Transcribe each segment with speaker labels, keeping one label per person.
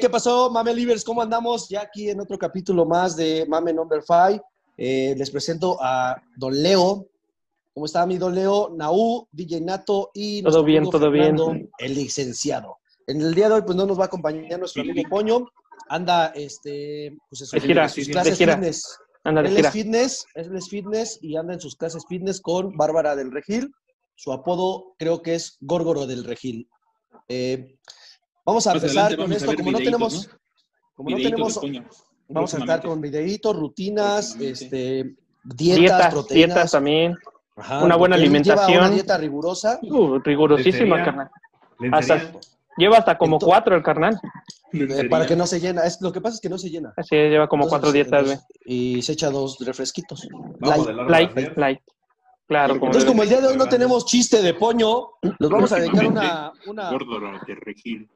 Speaker 1: ¿qué pasó, Mame Livers? ¿Cómo andamos? Ya aquí en otro capítulo más de Mame Number 5. Eh, les presento a Don Leo. ¿Cómo está mi Don Leo? Naú, DJ Nato y...
Speaker 2: Todo
Speaker 1: nuestro
Speaker 2: bien,
Speaker 1: amigo
Speaker 2: todo bien.
Speaker 1: El licenciado. En el día de hoy, pues, no nos va a acompañar nuestro amigo Poño. Anda, este... Pues, en sus-
Speaker 2: De gira,
Speaker 1: sus
Speaker 2: de
Speaker 1: clases
Speaker 2: gira.
Speaker 1: fitness.
Speaker 2: Anda,
Speaker 1: Él
Speaker 2: gira.
Speaker 1: es fitness, él es fitness y anda en sus clases fitness con Bárbara del Regil. Su apodo creo que es Górgoro del Regil. Eh, vamos a
Speaker 3: Más
Speaker 1: empezar
Speaker 3: adelante
Speaker 1: con
Speaker 3: vamos a
Speaker 1: esto.
Speaker 3: ver
Speaker 1: Como no
Speaker 3: videitos,
Speaker 1: tenemos, como no
Speaker 3: Videíto
Speaker 1: tenemos,
Speaker 3: de Toño.
Speaker 1: vamos a estar
Speaker 3: próximamente.
Speaker 1: con videitos, rutinas,
Speaker 3: Próximamente.
Speaker 1: este, dietas,
Speaker 2: Dietas,
Speaker 1: proteínas.
Speaker 2: dietas también.
Speaker 1: Ajá,
Speaker 2: una buena
Speaker 1: porque él lleva
Speaker 2: alimentación.
Speaker 1: una dieta rigurosa. eh,
Speaker 2: Uh, rigurosísima,
Speaker 4: Lencería.
Speaker 2: carnal.
Speaker 4: Lencería.
Speaker 2: Hasta- Lleva hasta como
Speaker 1: Ento-
Speaker 2: cuatro el carnal.
Speaker 1: eh,
Speaker 3: Lencería.
Speaker 1: para que no se llena. Es, lo que pasa es que no se llena.
Speaker 2: Así es, lleva como
Speaker 1: Entonces,
Speaker 2: cuatro dietas, güey.
Speaker 1: entonces, Y se echa dos refresquitos.
Speaker 4: Vamos
Speaker 1: Light.
Speaker 4: de largo
Speaker 2: Light,
Speaker 4: placer.
Speaker 2: light. Claro, como
Speaker 1: Entonces,
Speaker 2: debe.
Speaker 1: como el día de hoy no tenemos chiste de poño, les vamos a dedicar una, una-
Speaker 3: Gordoro de Regil.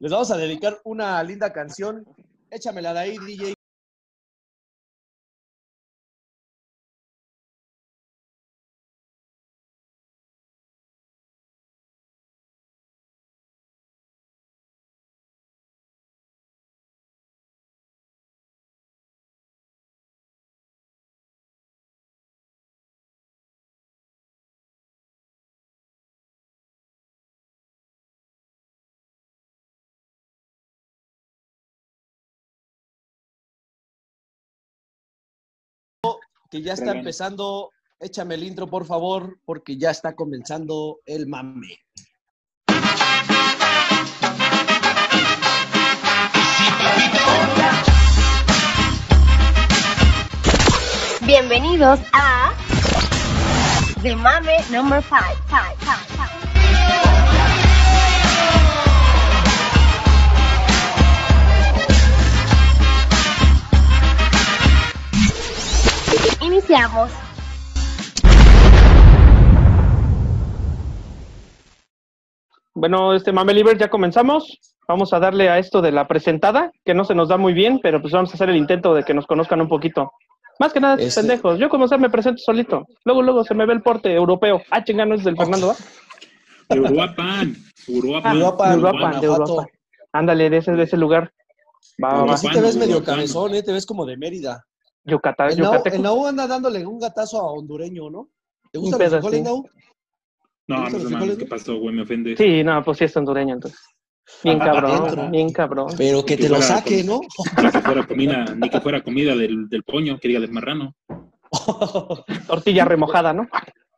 Speaker 1: les vamos a dedicar una linda canción. Échamela de ahí, DJ. que ya está
Speaker 3: Tremendo.
Speaker 1: empezando. Échame el intro, por favor, porque ya está comenzando el mame.
Speaker 5: Bienvenidos a The Mame Number 5. Five, five, five. Iniciamos.
Speaker 2: Bueno, este Mame Liber, ya comenzamos. Vamos a darle a esto de la presentada, que no se nos da muy bien, pero pues vamos a hacer el intento de que nos conozcan un poquito. Más que nada, estos
Speaker 1: Este-
Speaker 2: pendejos. Yo como sea me presento solito. Luego, luego se me ve el porte europeo. Ah, chinga, no es del Fernando, ¿va?
Speaker 3: De Uruapan. Uruapan.
Speaker 1: Europa,
Speaker 2: Uruapan, de Europa. Ándale, de ese, de ese lugar. Va, va, va.
Speaker 1: Sí te
Speaker 3: Uruapan,
Speaker 1: ves medio
Speaker 3: Uruapan.
Speaker 1: cabezón, ¿eh? te ves como de Mérida.
Speaker 2: Yucatán,
Speaker 1: El Nau,
Speaker 2: Yucateco.
Speaker 1: el Nau anda dándole un gatazo a hondureño, ¿no? ¿Te
Speaker 2: Un
Speaker 1: gustan los
Speaker 2: pedo,
Speaker 1: frijoles,
Speaker 2: sí.
Speaker 1: Nau? ¿Te
Speaker 3: No, no
Speaker 1: gustan
Speaker 3: sé
Speaker 1: los
Speaker 3: mames,
Speaker 1: frijoles,
Speaker 3: ¿qué
Speaker 1: no?
Speaker 3: pasó, güey? Me ofende.
Speaker 2: Sí, no, pues sí es hondureño, entonces. Bien
Speaker 1: Adentro.
Speaker 2: cabrón, bien cabrón.
Speaker 1: Pero que te lo saque, ¿no?
Speaker 3: Ni que fuera comida, ni que fuera comida del, del poño, que diga del marrano.
Speaker 2: Tortilla remojada, ¿no?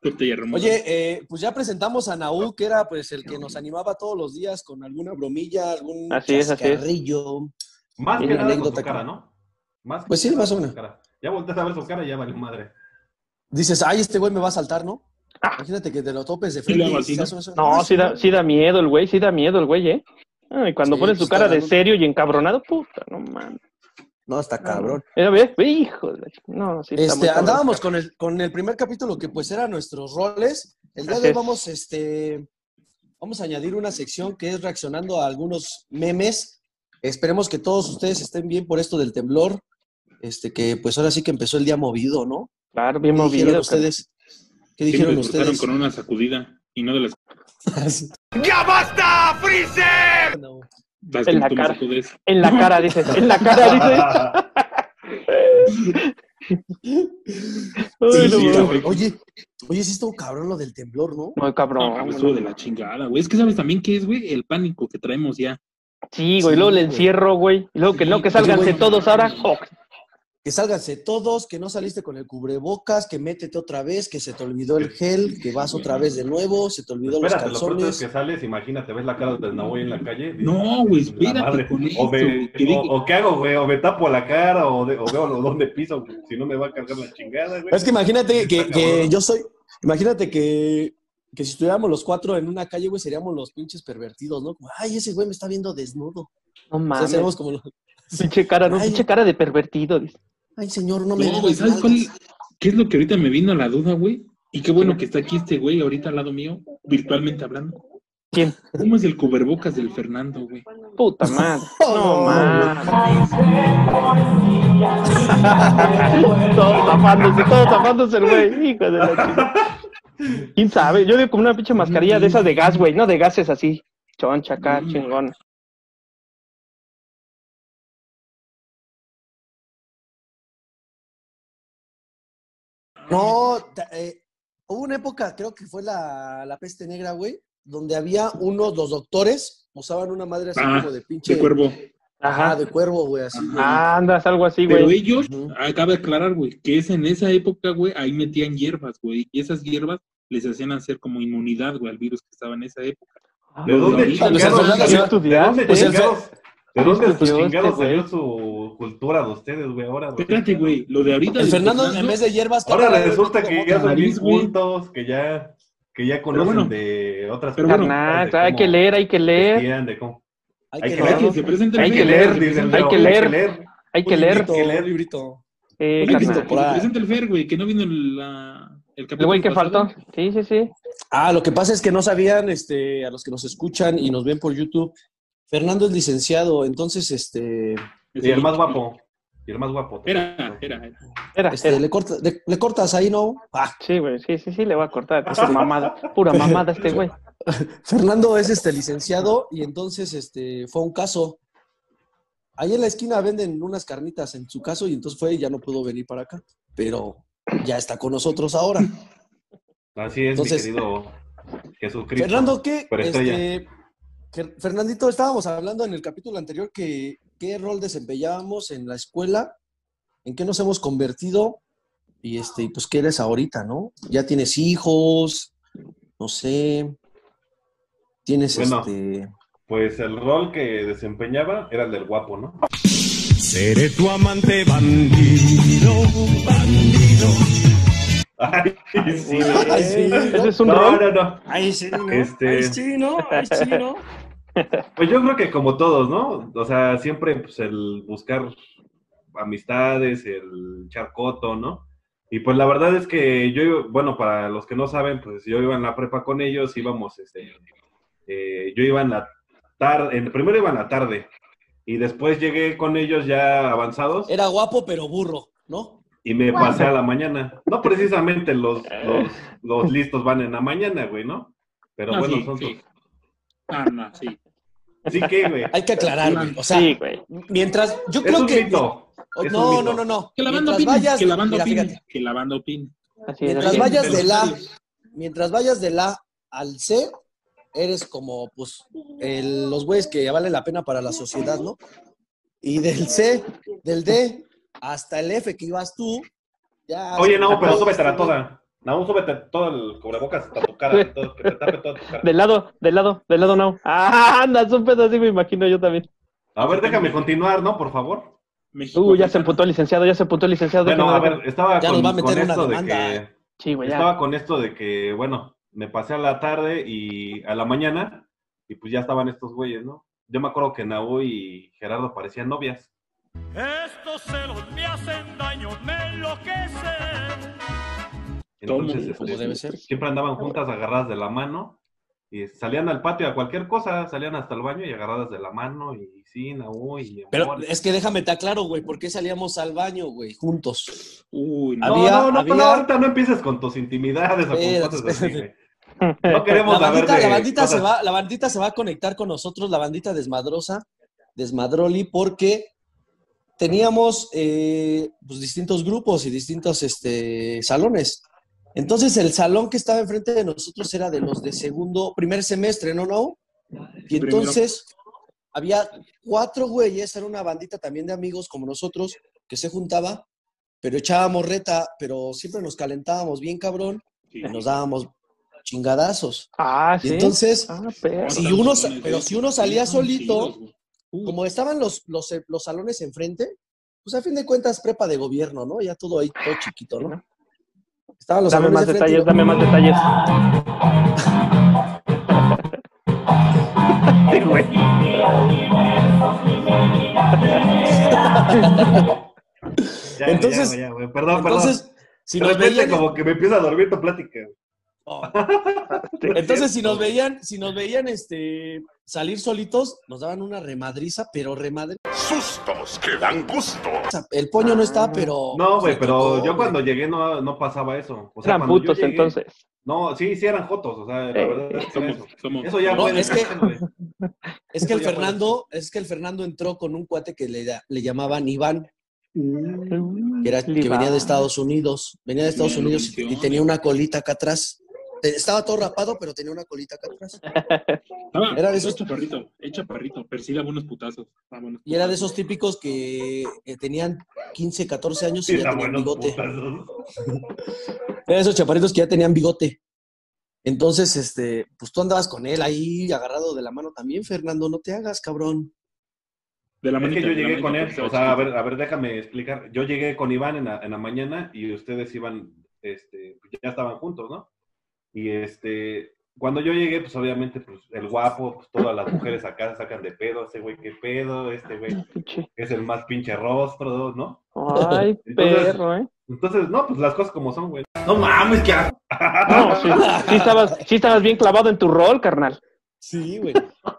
Speaker 3: Tortilla remota.
Speaker 1: Oye, eh, pues ya presentamos a Naú, que era pues el que nos animaba todos los días con alguna bromilla, algún
Speaker 2: Así es, así es.
Speaker 1: chascarrillo.
Speaker 4: Más
Speaker 2: Y
Speaker 4: que
Speaker 2: una
Speaker 4: nada con
Speaker 1: anécdota
Speaker 4: su cara,
Speaker 1: que-
Speaker 4: ¿no? Más que
Speaker 1: Pues sí,
Speaker 4: nada
Speaker 1: más o
Speaker 4: con su
Speaker 1: menos.
Speaker 4: cara. Ya volteas a ver sus caras y ya valió madre.
Speaker 1: Dices, ay, este güey me va a saltar, ¿no?
Speaker 2: Ah.
Speaker 1: Imagínate que te lo topes de
Speaker 3: Sí,
Speaker 1: frente.
Speaker 3: luego
Speaker 1: y
Speaker 3: así,
Speaker 1: seas
Speaker 3: ¿no?
Speaker 1: un-
Speaker 2: No, sí da, sí da miedo el güey, sí da miedo el güey, ¿eh? Ay, cuando
Speaker 1: Sí,
Speaker 2: pones
Speaker 1: pues,
Speaker 2: su cara de
Speaker 1: está-
Speaker 2: serio y encabronado, puta, no mames.
Speaker 1: No, está cabrón.
Speaker 2: Mira, ve, ve, hijo de la ch- No, sí está muy
Speaker 1: Este,
Speaker 2: cabrón.
Speaker 1: andábamos con el, con el primer capítulo que pues eran nuestros roles. El día
Speaker 2: Así
Speaker 1: de hoy
Speaker 2: es.
Speaker 1: vamos, este, vamos a añadir una sección que es reaccionando a algunos memes. Esperemos que todos ustedes estén bien por esto del temblor. Este, que pues ahora sí que empezó el día movido, ¿no?
Speaker 2: Claro, bien
Speaker 1: ¿Qué
Speaker 2: movido.
Speaker 1: dijeron
Speaker 2: cabrón.
Speaker 1: ustedes? ¿Qué
Speaker 3: Sí me
Speaker 1: dijeron
Speaker 3: despertaron
Speaker 1: ustedes?
Speaker 3: con una sacudida y no de las,
Speaker 1: No.
Speaker 3: las
Speaker 2: En
Speaker 3: que
Speaker 2: la
Speaker 3: tú me
Speaker 2: cara.
Speaker 3: sacudes.
Speaker 2: En la cara, dices, en la cara, dices. Ay,
Speaker 1: Sí,
Speaker 2: no
Speaker 3: sí,
Speaker 2: mames.
Speaker 3: güey.
Speaker 1: oye, oye, sí estuvo cabrón lo del temblor, ¿no?
Speaker 2: Muy
Speaker 3: No,
Speaker 2: cabrón. no,
Speaker 3: mames, Ah, estuvo
Speaker 2: no.
Speaker 3: de la chingada, güey. Es que sabes también qué es, güey, el pánico que traemos ya.
Speaker 2: Sí, güey,
Speaker 1: Sí,
Speaker 2: luego le
Speaker 1: güey.
Speaker 2: encierro, güey. Y luego que no, que
Speaker 1: Sí, güey,
Speaker 2: sálganse
Speaker 1: no
Speaker 2: todos ahora.
Speaker 3: mames.
Speaker 2: Oh,
Speaker 1: Que sálganse todos, que no saliste con el cubrebocas, que métete otra vez, que se te olvidó el gel, que vas otra vez de nuevo, se te olvidó los
Speaker 4: Espérate, lo pronto es
Speaker 1: calzones.
Speaker 4: que sales, imagínate, ves la cara del Nahuel en la calle. dices,
Speaker 3: No, güey,
Speaker 4: "La madre".
Speaker 3: espérate con esto.
Speaker 4: O, me-
Speaker 3: que diga-
Speaker 4: o- o qué hago, güey, o me tapo la cara, o, de- o veo lo- dónde piso, güey, si no me va a cargar la chingada, güey.
Speaker 1: Es que imagínate que,
Speaker 4: Está
Speaker 1: que
Speaker 4: cabrón.
Speaker 1: yo soy, imagínate que, que si estuviéramos los cuatro en una calle, güey, seríamos los pinches pervertidos, ¿no? Como, ay, ese güey me está viendo desnudo. O
Speaker 2: no
Speaker 1: sea,
Speaker 2: mames.
Speaker 1: seríamos como, los,
Speaker 2: Pinche cara, no,
Speaker 1: Ay.
Speaker 2: pinche cara de pervertido. dice.
Speaker 1: ay, señor, no me
Speaker 3: No,
Speaker 1: veas
Speaker 3: güey,
Speaker 1: las
Speaker 3: ¿sabes cuál
Speaker 1: nalgas".
Speaker 3: es- ¿Qué es lo que ahorita me vino a la duda, güey? Y qué bueno que está aquí este güey ahorita al lado mío, virtualmente hablando.
Speaker 2: ¿Quién?
Speaker 3: ¿Cómo es el cubrebocas del Fernando, güey?
Speaker 2: Puta madre. No
Speaker 1: No,
Speaker 2: mames. todos tapándose, todos tapándose el güey. Hijo de la chingada. ¿Quién sabe? Yo digo como una pinche mascarilla de esas de gas, güey, no de gases así. Choncha acá,
Speaker 3: Mm.
Speaker 2: chingona.
Speaker 1: No, ta- eh, hubo una época, creo que fue la, la peste negra, güey, donde había unos, los doctores usaban una madre así
Speaker 3: Ah,
Speaker 1: como de pinche.
Speaker 3: De cuervo.
Speaker 1: Ah,
Speaker 2: Ajá.
Speaker 1: de cuervo, güey, así. güey.
Speaker 2: Ah, andas, algo así,
Speaker 3: Pero
Speaker 2: güey.
Speaker 3: ellos,
Speaker 1: Ujú.
Speaker 3: acaba de aclarar, güey, que es en esa época, güey, ahí metían hierbas, güey, y esas hierbas les hacían hacer como inmunidad, güey, al virus que estaba en esa época.
Speaker 4: ¿De dónde
Speaker 3: Los
Speaker 4: chingados?
Speaker 1: sacerdotes
Speaker 4: ¿De
Speaker 1: no
Speaker 4: dónde
Speaker 1: Pues
Speaker 2: ¿eh?
Speaker 1: el-
Speaker 4: chingados? ¿De dónde
Speaker 2: Pues Dios,
Speaker 4: chingados
Speaker 2: este,
Speaker 4: salió su cultura de ustedes, güey? Ahora, güey.
Speaker 3: Espérate, güey, lo de ahorita.
Speaker 1: El
Speaker 3: de
Speaker 1: Fernando, en vez de hierbas,
Speaker 4: Ahora
Speaker 1: cabrón,
Speaker 4: resulta que
Speaker 1: como
Speaker 4: ya son
Speaker 1: otra.
Speaker 4: bien
Speaker 3: nariz, güey.
Speaker 4: cultos, que ya, que ya
Speaker 3: Pero
Speaker 4: conocen
Speaker 3: bueno.
Speaker 4: de otras
Speaker 3: Pero bueno,
Speaker 2: Carnal,
Speaker 4: de
Speaker 2: ah, hay
Speaker 4: cómo
Speaker 2: que leer, hay que leer,
Speaker 4: vestían, de cómo-
Speaker 1: Hay
Speaker 4: hay
Speaker 1: que
Speaker 4: que
Speaker 3: Ay,
Speaker 1: leer.
Speaker 3: que se presenten,
Speaker 2: Hay
Speaker 3: güey,
Speaker 2: que leer,
Speaker 4: dice el
Speaker 2: hay
Speaker 4: Leo,
Speaker 2: que leer. hay que
Speaker 1: Un
Speaker 2: leer.
Speaker 1: librito,
Speaker 4: que leer.
Speaker 1: Un librito.
Speaker 2: Eh,
Speaker 3: Oye, que, se,
Speaker 2: carnal.
Speaker 1: librito.
Speaker 3: que se presente el Fer, güey, que no vino el, la- el
Speaker 2: El
Speaker 3: capítulo.
Speaker 2: güey que
Speaker 3: pasado.
Speaker 2: faltó. Sí, sí, sí.
Speaker 1: Ah, lo que pasa es que no sabían, este, a los que nos escuchan y nos ven por YouTube, Fernando es licenciado, entonces, este,
Speaker 4: Y el más guapo. Y el más guapo.
Speaker 3: Era, era, era.
Speaker 2: Era,
Speaker 1: este,
Speaker 2: era.
Speaker 1: Le, corta- le- le cortas ahí, ¿no? Ah,
Speaker 2: Sí, güey, sí, sí, sí, le voy a cortar. Pura mamada, pura mamada este güey.
Speaker 1: Fernando es, este, licenciado y entonces, este, fue a un caso. Ahí en la esquina venden unas carnitas en su caso y entonces fue y ya no pudo venir para acá, pero ya está con nosotros ahora.
Speaker 4: Así es,
Speaker 1: Entonces-
Speaker 4: mi querido Jesucristo.
Speaker 1: Fernando, ¿qué?
Speaker 4: Pero estrella.
Speaker 1: este, que- Fernandito, estábamos hablando en el capítulo anterior que qué rol desempeñábamos en la escuela, en qué nos hemos convertido y este, y pues qué eres ahorita, ¿no? Ya tienes hijos, no sé, tienes
Speaker 4: Bueno.
Speaker 1: este.
Speaker 4: Pues el rol que desempeñaba era el del guapo, ¿no?
Speaker 6: Seré tu amante bandido, bandido.
Speaker 4: Ay, sí, ¿no?
Speaker 1: Ay, sí,
Speaker 2: Ese
Speaker 1: ¿no?
Speaker 2: es un
Speaker 4: No,
Speaker 2: rol.
Speaker 4: no, no.
Speaker 1: Ay, sí, ¿no?
Speaker 4: Este-
Speaker 1: Ay, sí, ¿no? Ay, sí, ¿no?
Speaker 4: Pues yo creo que como todos, ¿no? O sea, siempre pues, el buscar amistades, el charcoto, ¿no? Y pues la verdad es que yo, bueno, para los que no saben, pues yo iba en la prepa con ellos, íbamos, este, eh, yo iba en la tarde, en, primero iba en la tarde, y después llegué con ellos ya avanzados
Speaker 1: Era guapo, pero burro, ¿no?
Speaker 4: y me pasé a la mañana. No precisamente los, los, los listos van en la mañana, güey, ¿no? Pero
Speaker 3: Ah,
Speaker 4: bueno,
Speaker 3: sí,
Speaker 4: son...
Speaker 3: sí. Ah, no, sí.
Speaker 4: Sí que, güey.
Speaker 1: Hay que aclarar, güey. O sea,
Speaker 2: Sí, güey.
Speaker 1: mientras. Yo
Speaker 4: Es
Speaker 1: creo
Speaker 4: un
Speaker 1: que.
Speaker 4: mito.
Speaker 1: Oh,
Speaker 4: es un
Speaker 1: no,
Speaker 4: mito.
Speaker 1: no, no, no.
Speaker 3: Que la banda
Speaker 1: Mientras
Speaker 3: opine,
Speaker 1: vayas-
Speaker 3: que la banda
Speaker 1: mira,
Speaker 3: opine,
Speaker 1: fíjate.
Speaker 3: que la banda opine.
Speaker 2: Así es.
Speaker 1: Mientras
Speaker 2: así es.
Speaker 1: vayas
Speaker 4: Pero
Speaker 1: de la,
Speaker 4: sí.
Speaker 1: mientras vayas del A al C, eres como pues el- los güeyes que vale la pena para la sociedad, ¿no? Y del C, del D hasta el F que ibas tú, ya.
Speaker 4: Oye, no, pero súbetela toda. No, súbete todo el cubrebocas hasta tu cara, todo, que te tape toda tu cara.
Speaker 2: Del lado, del lado, del lado no. Ah, andas un pedo así, me imagino yo también.
Speaker 4: A ver, déjame continuar, ¿no? Por favor.
Speaker 3: México,
Speaker 2: Uh, ya
Speaker 3: acá.
Speaker 2: se emputó el licenciado, ya se emputó el licenciado.
Speaker 4: Bueno,
Speaker 2: déjame
Speaker 4: a
Speaker 2: ver.
Speaker 4: ver, estaba
Speaker 1: Ya nos
Speaker 4: con,
Speaker 1: va a meter
Speaker 4: con
Speaker 1: una
Speaker 4: esto de
Speaker 1: demanda.
Speaker 4: que
Speaker 2: Sí, güey, ya.
Speaker 4: estaba con esto de que, bueno, me pasé a la tarde y a la mañana y pues ya estaban estos güeyes, ¿no? Yo me acuerdo que Nahu y Gerardo parecían novias.
Speaker 6: Estos celos me hacen daño, me enloquecen.
Speaker 4: Entonces,
Speaker 3: Tómale,
Speaker 4: este,
Speaker 1: Como debe ser.
Speaker 4: siempre andaban juntas agarradas de la mano y salían al patio a cualquier cosa, salían hasta el baño y agarradas de la mano y sí, Nahu y
Speaker 1: Pero
Speaker 4: amor.
Speaker 1: es que déjame te aclaro, güey, ¿por qué salíamos al baño, güey, juntos?
Speaker 3: Uy, no.
Speaker 1: A
Speaker 4: No,
Speaker 1: Había-
Speaker 4: no, no,
Speaker 1: había-
Speaker 4: no, ahorita no empieces con tus intimidades o con
Speaker 1: Espérate,
Speaker 4: cosas así,
Speaker 1: espérate.
Speaker 4: güey. No queremos
Speaker 1: La bandita,
Speaker 4: saber de
Speaker 1: la bandita se
Speaker 4: cosas-
Speaker 1: va, la bandita se va a conectar con nosotros, la bandita desmadrosa, desmadroli, porque teníamos eh, pues, distintos grupos y distintos este, salones. Entonces el salón que estaba enfrente de nosotros era de los de segundo, primer semestre, ¿no, no? Y
Speaker 3: Primero.
Speaker 1: entonces había cuatro güeyes, era una bandita también de amigos como nosotros, que se juntaba, pero echábamos reta, pero siempre nos calentábamos bien cabrón y nos dábamos chingadazos.
Speaker 2: Ah, sí.
Speaker 1: Y entonces,
Speaker 2: Ah, perro.
Speaker 1: si uno sa- pero si uno salía solito, como estaban los, los, eh, los salones enfrente, pues a fin de cuentas prepa de gobierno, ¿no? Ya todo ahí, todo chiquito, ¿no? Estaban los
Speaker 2: Dame
Speaker 1: salones
Speaker 2: más
Speaker 1: de frente y
Speaker 2: detalles,
Speaker 1: lo-
Speaker 2: dame más detalles.
Speaker 4: Ya, ya,
Speaker 1: Entonces-
Speaker 4: ya, güey, perdón, perdón.
Speaker 1: Entonces, si
Speaker 4: De
Speaker 1: nos
Speaker 4: repente
Speaker 1: veían...
Speaker 4: como que me empieza a dormir tu plática.
Speaker 1: Oh. Entonces, si nos veían, si nos veían este, salir solitos, nos daban una remadriza, pero remadriza.
Speaker 6: Sustos que dan gusto.
Speaker 1: El poño no está, pero...
Speaker 4: No, güey,
Speaker 1: se tocó,
Speaker 4: pero yo
Speaker 1: güey.
Speaker 4: cuando llegué no, no pasaba eso. O sea,
Speaker 2: Eran
Speaker 4: cuando yo
Speaker 2: putos
Speaker 4: llegué-
Speaker 2: entonces.
Speaker 4: No, sí, sí eran jotos, o sea, la
Speaker 2: Eh,
Speaker 4: verdad es que era eso.
Speaker 3: Somos, somos.
Speaker 4: Eso ya
Speaker 1: No,
Speaker 4: fue
Speaker 1: es que-
Speaker 4: después, güey.
Speaker 1: Es que el
Speaker 4: Eso ya fue
Speaker 1: Fernando, es que el Fernando entró con un cuate que le, le llamaban Iván. que, era, que venía de Estados Unidos. Venía de Estados
Speaker 3: Bien,
Speaker 1: Unidos y,
Speaker 3: Luis,
Speaker 1: y tenía una colita acá atrás. Te- Estaba todo rapado, pero tenía una colita acá atrás.
Speaker 3: Estaba,
Speaker 1: Era
Speaker 3: era
Speaker 1: de
Speaker 3: de
Speaker 1: esos-
Speaker 3: chaparrito, es chaparrito, persila buenos putazos. Ah, buenos
Speaker 1: Y era de
Speaker 3: putazos.
Speaker 1: esos típicos que eh, tenían 15, 14 años
Speaker 4: Sí,
Speaker 1: y ya
Speaker 4: está
Speaker 1: tenían
Speaker 4: bueno.
Speaker 1: bigote.
Speaker 4: putas, ¿no?
Speaker 1: Era de esos chaparritos que ya tenían bigote. Entonces, este, pues tú andabas con él ahí agarrado de la mano también, Fernando. No te hagas, cabrón.
Speaker 3: De la
Speaker 4: Es
Speaker 3: manita,
Speaker 4: que yo
Speaker 3: de la
Speaker 4: llegué
Speaker 3: manita,
Speaker 4: con él,
Speaker 3: porque
Speaker 4: o
Speaker 3: estaba
Speaker 4: sea, a
Speaker 3: chiquito.
Speaker 4: ver, a ver, déjame explicar. Yo llegué con Iván en la, en la mañana y ustedes iban, este, ya estaban juntos, ¿no? Y este, cuando yo llegué, pues obviamente, pues el guapo, pues todas las mujeres acá sacan de pedo, ese güey qué pedo, este güey
Speaker 2: Pinche.
Speaker 4: es el más pinche rostro, ¿no?
Speaker 2: Ay, perro, ¿eh?
Speaker 4: Entonces, no, pues las cosas como son, güey.
Speaker 7: No mames, que a-
Speaker 2: No, sí, sí estabas, sí estabas bien clavado en tu rol, carnal.
Speaker 1: Sí, güey.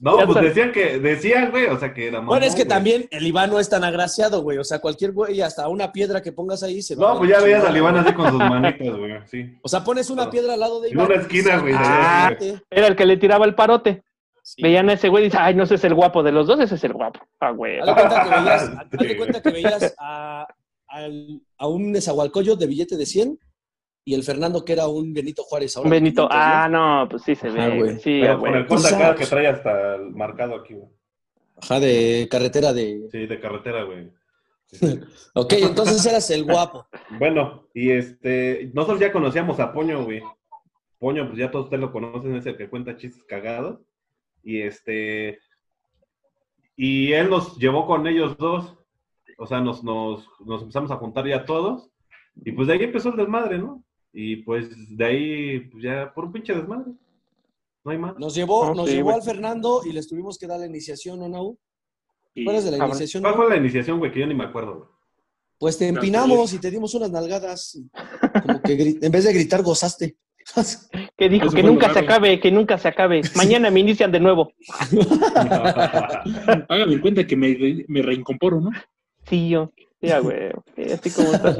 Speaker 4: No,
Speaker 2: Ya
Speaker 4: pues
Speaker 2: está.
Speaker 4: decían que, decían, güey, o sea, que era
Speaker 1: Bueno, es que
Speaker 4: güey.
Speaker 1: también el Iván no es tan agraciado, güey. O sea, cualquier güey, hasta una piedra que pongas ahí se va. a
Speaker 4: No,
Speaker 1: ver
Speaker 4: pues ya veías
Speaker 1: chingón.
Speaker 4: al Iván así con sus manitas, güey, sí.
Speaker 1: O sea, pones una piedra al lado de
Speaker 4: En
Speaker 1: Iván.
Speaker 4: una esquina, güey,
Speaker 1: Ah,
Speaker 2: Era el que le tiraba el parote.
Speaker 1: sí.
Speaker 2: Veían a ese güey y dice, ay, no, ese es el guapo de los dos, ese es el guapo. Ah, güey.
Speaker 1: Haz de cuenta que veías, haz de cuenta que veías a, al- a un Nezahualcóyotl de billete de 100 y el Fernando que era un Benito Juárez. ahora
Speaker 2: Benito,
Speaker 1: 500, ¿no?
Speaker 2: ah, no, pues sí se ve.
Speaker 1: Ah, güey.
Speaker 2: Sí, ah,
Speaker 4: ¿eh? Pero con
Speaker 2: güey.
Speaker 4: el conta
Speaker 1: Pues,
Speaker 4: acá
Speaker 1: ah,
Speaker 4: que trae hasta el marcado aquí, güey.
Speaker 2: ah.
Speaker 1: Ajá, de carretera de...
Speaker 4: Sí, de carretera, güey.
Speaker 1: Ok, entonces eras el guapo.
Speaker 4: Bueno, y este, nosotros ya conocíamos a Poño, güey. Poño, pues ya todos ustedes lo conocen, es el que cuenta chistes cagados. Y este, y él nos llevó con ellos dos. O sea, nos, nos, nos empezamos a juntar ya todos. Y pues de ahí empezó el desmadre, ¿no? Y pues de ahí, pues ya, por un pinche desmadre. No hay más.
Speaker 1: Nos llevó,
Speaker 2: Ah,
Speaker 1: nos
Speaker 2: sí,
Speaker 1: llevó
Speaker 2: güey.
Speaker 1: al Fernando y les tuvimos que dar la iniciación, ¿no, Nau?
Speaker 3: Y-
Speaker 1: ¿Cuál es de la
Speaker 2: Ah, bueno.
Speaker 1: iniciación?
Speaker 4: ¿Cuál
Speaker 1: Nau?
Speaker 4: fue la iniciación, güey? Que yo ni me acuerdo, güey.
Speaker 1: Pues te empinamos y te dimos unas nalgadas. Como que gri- en vez de gritar, gozaste.
Speaker 2: Que dijo
Speaker 3: Eso
Speaker 2: que
Speaker 3: fue lo
Speaker 2: nunca se
Speaker 3: raro.
Speaker 2: acabe, que nunca se acabe. Mañana me inician de nuevo.
Speaker 3: Hágame en cuenta que me, re- me reincorporo, ¿no?
Speaker 2: Sí, yo. Sí, ah, güey. Sí, así como está.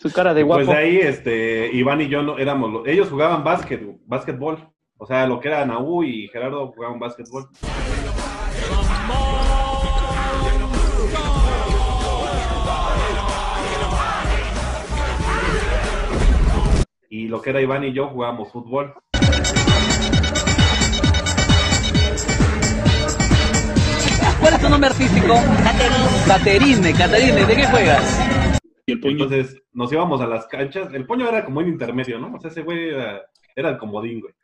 Speaker 2: Su cara de guapo.
Speaker 4: Pues de ahí, este, Iván y yo no éramos, los- ellos jugaban básquet, básquetbol. O sea, lo que era Naú y Gerardo jugaban básquetbol. Y lo que era Iván y yo jugábamos fútbol.
Speaker 8: ¿Cuál es tu nombre artístico? Caterine. Caterine, ¿de qué juegas?
Speaker 3: Y el puño.
Speaker 4: Entonces nos íbamos a las canchas. El puño era como un intermedio, ¿no? O sea, ese güey era, era el comodín, güey.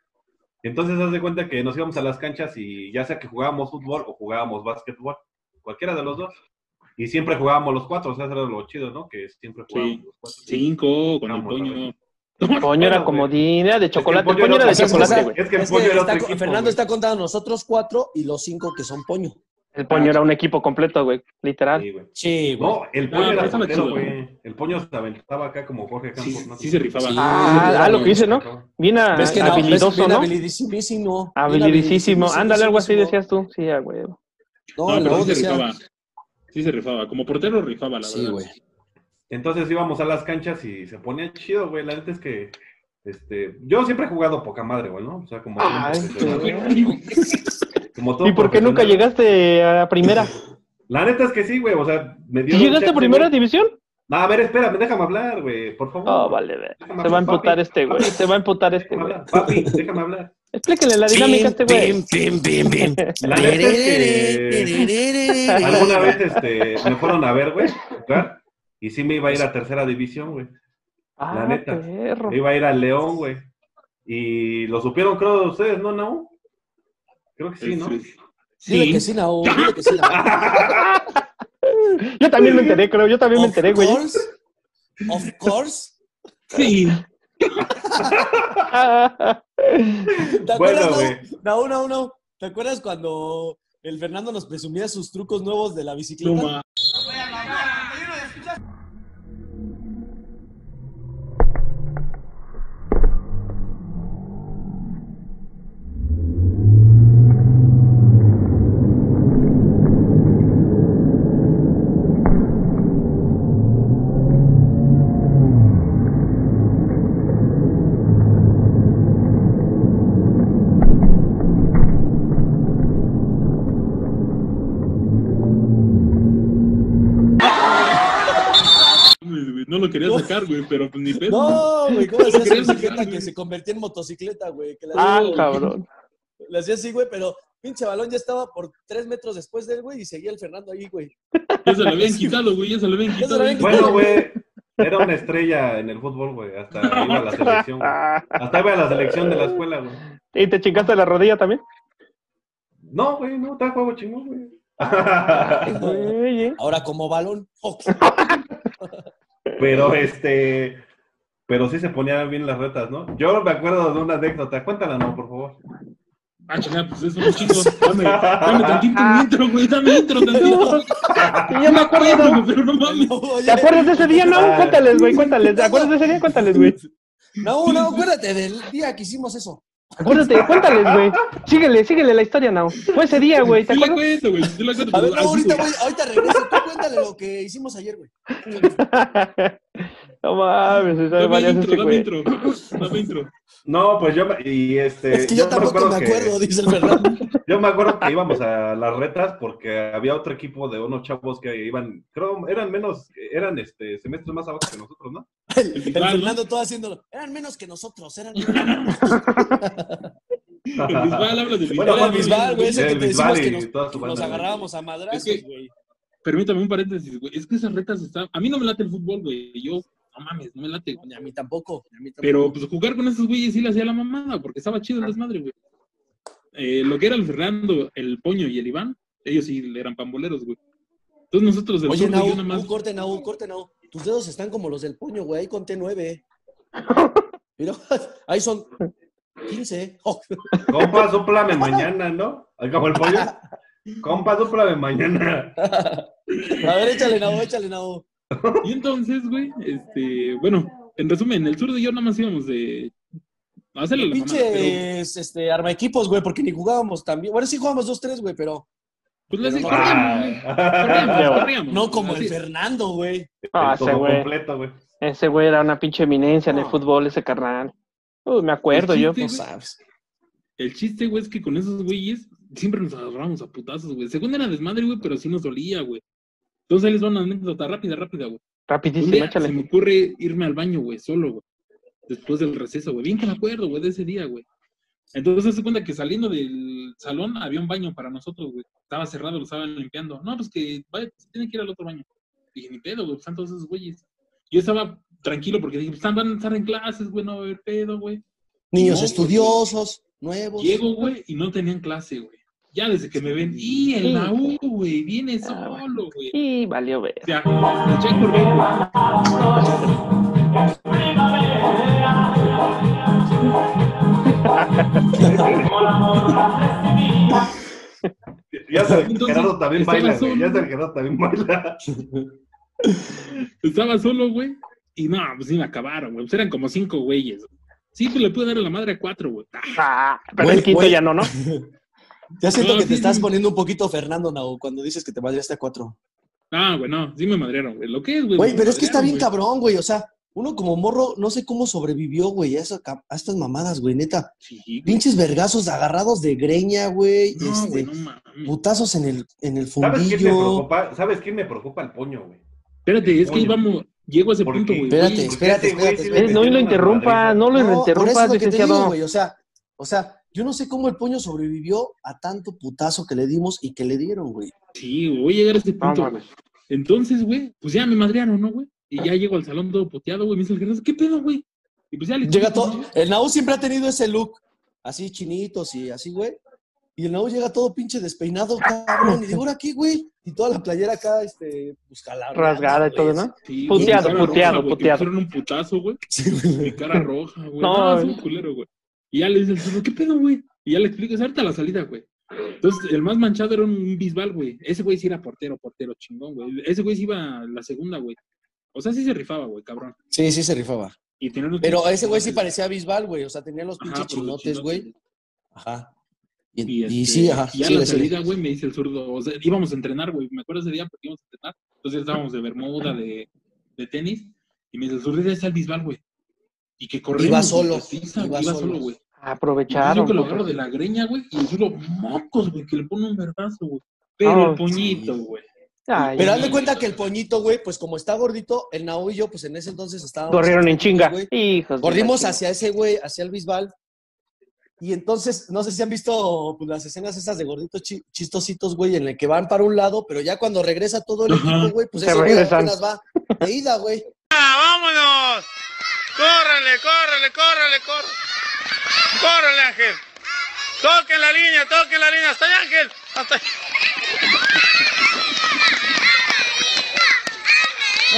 Speaker 4: Entonces, haz de cuenta que nos íbamos a las canchas y ya sea que jugábamos fútbol o jugábamos básquetbol, cualquiera de los dos. Y siempre jugábamos los cuatro, o sea, eso era lo chido, ¿no? Que siempre jugábamos los cuatro.
Speaker 3: Cinco, con el
Speaker 4: Vamos, a
Speaker 3: puño.
Speaker 4: ver.
Speaker 2: Poño era
Speaker 4: bueno,
Speaker 2: como
Speaker 4: güey.
Speaker 2: dinero de
Speaker 4: Es que el
Speaker 2: chocolate.
Speaker 4: Pollo
Speaker 2: Poño era de
Speaker 4: otro-
Speaker 1: es que-
Speaker 2: chocolate,
Speaker 1: es
Speaker 2: güey.
Speaker 4: Es que el
Speaker 1: Es que
Speaker 4: puño era
Speaker 1: está-
Speaker 4: otro equipo,
Speaker 1: Fernando
Speaker 4: güey.
Speaker 1: está contando a nosotros cuatro y los cinco que son Poño.
Speaker 2: El poño era un equipo completo, güey. Literal.
Speaker 4: Sí, güey.
Speaker 1: Sí, güey.
Speaker 4: No, el puño
Speaker 3: Ah,
Speaker 4: era
Speaker 3: estaba
Speaker 4: portero,
Speaker 3: chido.
Speaker 4: güey. El puño se aventaba acá como Jorge
Speaker 3: Sí,
Speaker 4: Campos. ¿no?
Speaker 3: sí se rifaba.
Speaker 1: Sí.
Speaker 2: Ah,
Speaker 1: sí,
Speaker 2: ah,
Speaker 1: sí,
Speaker 2: lo
Speaker 1: sí,
Speaker 2: que dice, ¿no? Bien a-
Speaker 1: ¿Ves que no? ¿Ves?
Speaker 2: Ah, habilidoso,
Speaker 1: Bien
Speaker 2: ¿no?
Speaker 1: habilidísimo. Bien
Speaker 2: Habilidísimo. Ándale, algo así
Speaker 1: habilidísimo.
Speaker 2: decías tú. Sí, ah, güey.
Speaker 1: No,
Speaker 3: No,
Speaker 1: luego
Speaker 3: pero sí se
Speaker 1: decía-
Speaker 3: rifaba. Sí se rifaba. Como portero rifaba, la
Speaker 1: Sí,
Speaker 3: verdad.
Speaker 1: güey.
Speaker 4: Entonces íbamos a las canchas y se ponía chido, güey. La neta es que, este, yo siempre he jugado poca madre, güey, ¿no? O sea, como, todo
Speaker 2: Ay,
Speaker 4: profesional,
Speaker 2: güey.
Speaker 4: como todo
Speaker 2: ¿Y por qué nunca
Speaker 4: profesional.
Speaker 2: llegaste a primera?
Speaker 4: La neta es que sí, güey, o sea, me dio...
Speaker 2: ¿Y llegaste a
Speaker 4: chance,
Speaker 2: primera
Speaker 4: güey.
Speaker 2: división?
Speaker 4: No, a ver, espérame, déjame hablar, güey, por favor.
Speaker 2: Oh, vale, ve.
Speaker 4: Déjame
Speaker 2: Se va a
Speaker 4: hablar,
Speaker 2: emputar
Speaker 4: papi.
Speaker 2: este, güey. Se va a emputar este,
Speaker 4: Déjame
Speaker 2: güey.
Speaker 4: hablar, papi, déjame hablar.
Speaker 2: Explíquenle la dinámica a este, güey.
Speaker 1: Pim, pim, pim, pim.
Speaker 4: La neta es que alguna vez, este, me fueron a ver, güey, jugar, y sí me iba a ir a tercera división, güey.
Speaker 2: Ah,
Speaker 4: neta.
Speaker 2: perro.
Speaker 4: Me iba a ir al León, güey. Y lo supieron, creo, de ustedes, ¿no, no? Creo que sí, ¿no?
Speaker 1: Dile que
Speaker 3: Sí.
Speaker 1: sí, Nao. Dile que sí, Nao.
Speaker 2: Yo también me enteré, creo. Yo
Speaker 1: Oh,
Speaker 2: también me enteré, güey.
Speaker 1: Of course. Of course.
Speaker 3: Sí.
Speaker 1: ¿Te
Speaker 4: Bueno,
Speaker 1: acuerdas,
Speaker 4: güey.
Speaker 1: Nao? Nao, Nao, Nao. ¿Te acuerdas cuando el Fernando nos presumía sus trucos nuevos de la
Speaker 3: No,
Speaker 1: bicicleta?
Speaker 3: ma. lo quería
Speaker 1: No.
Speaker 3: sacar, güey, pero pues ni pedo.
Speaker 1: No, güey, ¿cómo hacía su
Speaker 3: ¿Crees que-
Speaker 1: bicicleta que se convertía en motocicleta, güey? Que la,
Speaker 2: Ah,
Speaker 3: No.
Speaker 2: cabrón.
Speaker 1: la hacía así, güey, pero pinche balón ya estaba por tres metros después de él, güey, y seguía el Fernando ahí, güey.
Speaker 3: Ya se lo habían quitado, güey, ya se lo habían
Speaker 1: Ya se lo
Speaker 3: quitado.
Speaker 1: habían
Speaker 4: Bueno, güey, era una estrella en el fútbol, güey. Hasta iba a la selección, güey. Hasta iba a la selección de la escuela, güey.
Speaker 2: Ah, ¿Y te chingaste la rodilla también?
Speaker 4: No, güey, no, está juego chingón, güey.
Speaker 2: Güey, eh.
Speaker 1: Ahora como balón, ¡oh!
Speaker 4: Pero este. Pero sí se ponían bien las retas, ¿no? Yo me acuerdo de una anécdota. Cuéntala, no, por favor.
Speaker 3: Ah, chingada, pues eso, chicos. Dame, dame tantito un intro, güey, dame intro tantito. güey.
Speaker 2: Y yo me acuerdo.
Speaker 3: Güey, pero no mames.
Speaker 1: No, oye.
Speaker 2: ¿Te acuerdas de ese día? No,
Speaker 4: Ah.
Speaker 2: cuéntales, güey, cuéntales. ¿Te acuerdas de ese día? Cuéntales, güey.
Speaker 1: No, no, acuérdate del día que hicimos eso.
Speaker 2: Acuérdate, cuéntales, güey. Síguele, síguele la historia, Nao. Fue ese día, güey, ¿te
Speaker 3: Sí la
Speaker 2: acuerdas?
Speaker 3: cuento, güey, sí la cuento,
Speaker 1: A ver,
Speaker 3: pero
Speaker 1: no,
Speaker 3: así,
Speaker 1: ahorita,
Speaker 3: güey.
Speaker 1: güey, ahorita regresa. Tú cuéntale lo que hicimos ayer, güey.
Speaker 2: no mames, se sabe
Speaker 3: Dame
Speaker 2: varias
Speaker 3: intro,
Speaker 2: este,
Speaker 3: dame
Speaker 2: güey.
Speaker 3: intro, dame intro.
Speaker 4: No, pues yo. me- Y este.
Speaker 1: Es que yo tampoco me
Speaker 4: que-
Speaker 1: acuerdo, dice el Fernando.
Speaker 4: Yo me acuerdo que íbamos a las retas porque había otro equipo de unos chavos que iban, creo, eran menos, eran este semestres más abajo que nosotros, ¿no?
Speaker 1: El, el
Speaker 3: Bisbal, ¿no?
Speaker 1: Fernando todo haciéndolo. Eran menos que nosotros, eran menos.
Speaker 3: El Bisbal habla de
Speaker 4: Bueno, Juan
Speaker 1: Bisbal, güey, ese
Speaker 4: El
Speaker 1: que te
Speaker 4: Bisbal
Speaker 1: decimos que
Speaker 4: y
Speaker 1: nos,
Speaker 4: toda su
Speaker 1: nos
Speaker 4: banda,
Speaker 1: agarrábamos a madrazos,
Speaker 3: Es que-
Speaker 1: güey.
Speaker 3: Permítame un paréntesis, güey. Es que esas retas están. A mí no me late el fútbol, güey. Yo, no mames, no me late.
Speaker 1: Ni A mí tampoco. ni a mí tampoco.
Speaker 3: Pero pues jugar con esos güeyes sí le hacía la mamada, porque estaba chido
Speaker 1: Ah.
Speaker 3: el desmadre, güey. Eh, lo que era el Fernando, el Poño y el Iván, ellos sí eran pamboleros, güey. Entonces nosotros del
Speaker 1: Oye,
Speaker 3: sur,
Speaker 1: Nau,
Speaker 3: yo nada más.
Speaker 1: un corte, Nau, un corte, Nau. Tus dedos están como los del puño, güey. Ahí conté nueve. Mira, ahí son quince. Oh,
Speaker 4: Compa, súplame mañana, ¿no? Ahí Como el pollo. Compa, súplame mañana.
Speaker 1: a ver, échale, Nau, échale, Nau.
Speaker 3: Y entonces, güey, este, bueno, en resumen, el sur de yo nada más íbamos de. a hacerle la mamada, pero.
Speaker 1: Pinches este, arma equipos, güey, porque ni jugábamos también. Bueno, sí jugábamos dos, tres, güey, pero
Speaker 3: Pues le
Speaker 1: pero
Speaker 3: hacía-
Speaker 1: no-
Speaker 4: Ah.
Speaker 3: corríamos, güey. Corríamos, corríamos.
Speaker 1: no como el
Speaker 3: Así-
Speaker 1: Fernando, güey.
Speaker 2: Ah,
Speaker 4: El
Speaker 2: ese
Speaker 4: todo
Speaker 2: güey.
Speaker 4: completo, güey.
Speaker 2: Ese güey era una pinche eminencia en el
Speaker 1: No.
Speaker 2: fútbol, ese carnal. Uy, me acuerdo yo.
Speaker 3: Sí,
Speaker 1: No
Speaker 3: güey.
Speaker 1: sabes.
Speaker 3: El chiste, güey, es que con esos güeyes siempre nos agarramos a putazos, güey. Según era desmadre, güey, pero sí nos dolía, güey. Entonces ahí les va una anécdota rápida, rápida, güey. Un
Speaker 2: Rapidísimo,
Speaker 3: día se
Speaker 2: échale.
Speaker 3: me ocurre irme al baño, güey, solo, güey. Después del receso, güey. Bien que me acuerdo, güey, de ese día, güey. Entonces se cuenta que saliendo del salón había un baño para nosotros, güey. Estaba cerrado, lo estaban limpiando. No, pues que vaya, se tienen que ir al otro baño. Dije, ni pedo, güey, pues, están todos esos güeyes. Yo estaba tranquilo porque dije, pues están, van a estar en clases, güey, no va a haber pedo, güey.
Speaker 1: Niños
Speaker 3: No. pues,
Speaker 1: estudiosos, nuevos.
Speaker 3: Llego, güey, y no tenían clase, güey. Ya desde que me ven, y
Speaker 2: Pues, Sí.
Speaker 3: el Naú, güey, viene
Speaker 2: Ah, bueno.
Speaker 3: solo, güey.
Speaker 2: Y valió ver.
Speaker 3: O sea, me eché a correr, güey.
Speaker 4: Ya hasta el
Speaker 3: Entonces,
Speaker 4: Gerardo también
Speaker 3: estaba
Speaker 4: baila, güey.
Speaker 3: solo.
Speaker 4: Ya hasta el Gerardo también baila.
Speaker 3: Estaba solo, güey. Y no, pues sí me acabaron, güey. Pues eran como cinco güeyes. Sí, pues le pude dar a la madre a cuatro, güey. Ah,
Speaker 2: Ah, pero
Speaker 1: Güey,
Speaker 2: el quinto
Speaker 1: güey.
Speaker 2: ya no, ¿no?
Speaker 1: Ya siento
Speaker 3: No,
Speaker 1: que te
Speaker 3: sí,
Speaker 1: estás
Speaker 3: sí.
Speaker 1: poniendo un poquito Fernando, Nau, cuando dices que te madreaste a cuatro.
Speaker 3: Ah, güey, no, sí me madrearon, güey. Lo que es, güey.
Speaker 1: Güey,
Speaker 3: me
Speaker 1: pero es que está bien
Speaker 3: madrearon,
Speaker 1: cabrón, güey. O sea, uno como morro, no sé cómo sobrevivió, güey, a, esa cap- a estas mamadas, güey, neta.
Speaker 3: güey. Sí, güey.
Speaker 1: Pinches vergazos agarrados de greña, güey.
Speaker 3: No,
Speaker 1: este,
Speaker 3: güey, no mames.
Speaker 1: putazos en el, en el
Speaker 4: ¿Sabes quién me
Speaker 1: fundillo.
Speaker 4: preocupa? ¿Sabes quién me preocupa? El poño, güey.
Speaker 3: Espérate, es que
Speaker 4: Oye.
Speaker 3: íbamos. Llego a ese
Speaker 4: ¿Por
Speaker 3: punto,
Speaker 4: qué?
Speaker 3: güey.
Speaker 1: Espérate,
Speaker 3: Güey,
Speaker 4: Porque
Speaker 1: espérate,
Speaker 4: ese güey sí
Speaker 1: espérate,
Speaker 4: le
Speaker 1: espérate.
Speaker 2: Eh, No
Speaker 4: metió
Speaker 2: lo
Speaker 4: una
Speaker 2: interrumpa,
Speaker 4: madriza.
Speaker 2: no lo
Speaker 1: No, por eso es
Speaker 2: interrumpas,
Speaker 1: lo que te digo,
Speaker 2: licenciado.
Speaker 1: güey. O sea, o sea, yo no sé cómo el puño sobrevivió a tanto putazo que le dimos y que le dieron, güey.
Speaker 3: Sí, güey, voy a llegar a ese punto, güey.
Speaker 2: mames.
Speaker 3: Entonces, güey, pues ya me madrearon, ¿no, güey? Y ya llego al salón todo puteado, güey. Me dice el Gerardo, ¿qué pedo, güey? Y pues ya le
Speaker 1: Llega
Speaker 3: explico,
Speaker 1: todo.
Speaker 3: ¿no?
Speaker 1: El Nau siempre ha tenido ese look, así chinitos y así, güey. Y el Nau llega todo pinche despeinado, cabrón. Y digo, ¿ahora qué, güey? Y toda la playera acá, este, pues jalada.
Speaker 2: Rasgada y
Speaker 1: güey,
Speaker 2: todo,
Speaker 1: así.
Speaker 2: ¿no?
Speaker 3: Sí, güey,
Speaker 2: Puteado,
Speaker 3: mi cara roja,
Speaker 2: puteado,
Speaker 3: güey, que
Speaker 2: puteado.
Speaker 3: Me pusieron un putazo, güey.
Speaker 1: Sí,
Speaker 3: Mi
Speaker 1: güey.
Speaker 3: cara roja, güey.
Speaker 2: No,
Speaker 3: No, es
Speaker 2: güey.
Speaker 3: un culero, güey. Y ya le dice el Gerardo, ¿qué pedo, güey? Y ya le explico, es ahorita la salida, güey. Entonces, el más manchado era un bisbal, güey. Ese güey sí era portero, portero chingón, güey. Ese güey sí iba a la segunda, güey. O sea, sí se rifaba, güey, cabrón.
Speaker 1: Sí, sí se rifaba.
Speaker 3: Y tenía unos-
Speaker 1: Pero ese güey sí parecía Bisbal, güey. O sea, tenía los
Speaker 3: Ajá,
Speaker 1: pinches
Speaker 3: por los
Speaker 1: chinotes, güey. Ajá. Y,
Speaker 3: Y,
Speaker 1: y
Speaker 3: este,
Speaker 1: sí, ajá.
Speaker 3: y ya
Speaker 1: sí,
Speaker 3: la
Speaker 1: ese-
Speaker 3: salida, güey, me dice el zurdo. O sea, íbamos a entrenar, güey. Me acuerdo ese día porque íbamos a entrenar. Entonces estábamos de bermuda, de, de tenis. Y me dice el zurdo, ya está el bisbal, güey. Y que corrimos.
Speaker 1: Iba
Speaker 3: güey,
Speaker 1: solo,
Speaker 3: putiza,
Speaker 1: iba
Speaker 3: iba
Speaker 1: solo.
Speaker 3: solo, güey. Entonces
Speaker 2: Aprovecharon. pues.
Speaker 3: Yo que lo
Speaker 2: puto.
Speaker 3: agarro de la greña, güey, y el zurdo, mocos, güey, que le pone un vergazo, güey. Pero
Speaker 2: Ah,
Speaker 3: el puñito,
Speaker 1: sí.
Speaker 3: güey.
Speaker 2: Ay,
Speaker 1: Pero haz de cuenta que el poñito, güey, pues como está gordito, el Nao y yo, pues en ese entonces estábamos.
Speaker 2: Corrieron en chinga.
Speaker 1: güey.
Speaker 2: Hijos de
Speaker 1: Corrimos
Speaker 2: la
Speaker 1: hacia ese güey, hacia el Bisbal. Y entonces, no sé si han visto pues, las escenas esas de gorditos chi- chistositos, güey, en el que van para un lado, pero ya cuando regresa todo el
Speaker 3: Ajá.
Speaker 1: equipo, güey, pues
Speaker 2: Se
Speaker 1: ese güey
Speaker 2: regresan.
Speaker 1: apenas va de ida, güey.
Speaker 7: ¡Vámonos! ¡Córrele, córrele, córrele, córrele! ¡Córrele, Ángel! ¡Toquen la línea, toquen la línea! ¡Hasta allá, Ángel! ¡Hasta allá!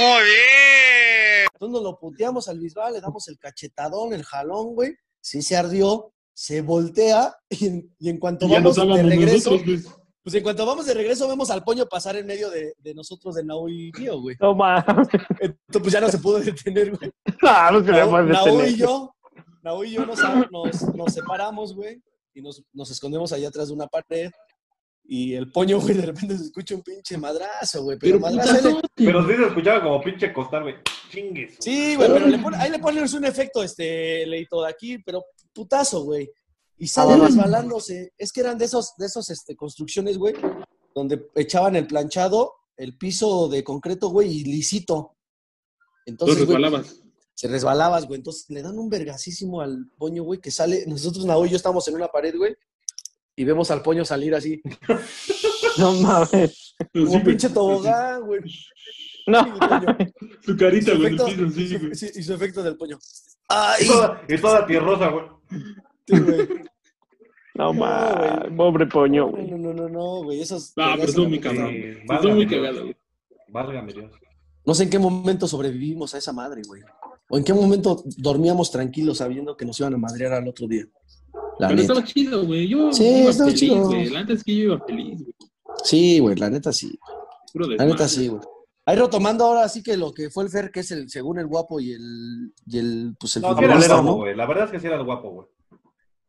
Speaker 7: ¡Muy bien!
Speaker 1: Entonces nos lo puteamos al Bisbal, le damos el cachetadón, el jalón, güey. Sí se ardió, se voltea y en, y en cuanto
Speaker 3: Y ya
Speaker 1: vamos
Speaker 3: nos
Speaker 1: de
Speaker 3: dábamos
Speaker 1: regreso,
Speaker 3: nosotros, güey.
Speaker 1: pues en cuanto vamos de regreso vemos al poño pasar en medio de, de nosotros, de Nao y mío, güey.
Speaker 2: No mames. ah,
Speaker 1: Entonces pues ya no se pudo detener, güey.
Speaker 2: No, no se le
Speaker 1: Nao,
Speaker 2: puede
Speaker 1: Nao
Speaker 2: detener.
Speaker 1: y yo, Nao y yo nos, nos, nos separamos, güey, y nos, nos escondemos allá atrás de una pared. Y el poño, güey, de repente se escucha un pinche madrazo, güey. Pero,
Speaker 3: Pero
Speaker 1: madrazo. él le-
Speaker 3: putazo.
Speaker 4: Pero sí se escuchaba como pinche costal, güey. Chingues.
Speaker 1: Sí, güey, pero le pone- ahí le pones un efecto, este, leito de aquí, pero putazo, güey. Y sale
Speaker 3: Ah.
Speaker 1: resbalándose. Es que eran de esos, de esos, este, construcciones, güey, donde echaban el planchado, el piso de concreto, güey, y lisito.
Speaker 3: Tú
Speaker 1: Entonces, güey,
Speaker 3: resbalabas.
Speaker 1: se resbalabas, güey. Entonces le dan un vergasísimo al poño, güey, que sale. Nosotros, Nao y yo, estamos en una pared, güey, y vemos al poño salir así,
Speaker 2: No mames.
Speaker 1: como
Speaker 3: Sí, güey.
Speaker 1: pinche tobogán, güey. Y
Speaker 2: No.
Speaker 1: el poño,
Speaker 3: Su
Speaker 1: y su
Speaker 3: carita, güey. en el
Speaker 1: efecto-
Speaker 3: piso, sí,
Speaker 1: su-
Speaker 3: güey.
Speaker 1: sí, y su efecto del poño. ¡Ay!
Speaker 4: Y toda, y toda tierrosa, güey.
Speaker 1: sí, güey.
Speaker 2: No mames.
Speaker 1: güey.
Speaker 2: Pobre poño,
Speaker 1: No,
Speaker 2: güey.
Speaker 1: no, no, no, no, güey. Esos.
Speaker 3: Ah, pero estuvo muy cabrón.
Speaker 4: Sí,
Speaker 3: güey. Estuvo
Speaker 4: válgame
Speaker 3: muy
Speaker 4: Dios.
Speaker 3: cagado, güey.
Speaker 4: Válgame Dios.
Speaker 1: No sé en qué momento sobrevivimos a esa madre, güey. O en qué momento dormíamos tranquilos sabiendo que nos iban a madrear al otro día. La
Speaker 3: Pero
Speaker 1: neta.
Speaker 3: estaba chido, güey. Yo
Speaker 1: Sí,
Speaker 3: iba
Speaker 1: estaba
Speaker 3: feliz,
Speaker 1: chido.
Speaker 3: güey. La neta es que yo iba feliz, güey.
Speaker 1: Sí, güey, la neta sí.
Speaker 3: Puro
Speaker 1: La
Speaker 3: desmadre.
Speaker 1: neta sí, güey. Ahí retomando ahora sí que lo que fue el Fer, que es el, según el guapo y el, y el, pues el
Speaker 4: No, sí
Speaker 1: futbolista,
Speaker 4: eras guapo,
Speaker 1: ¿no?
Speaker 4: güey. La verdad es que sí eras guapo, güey.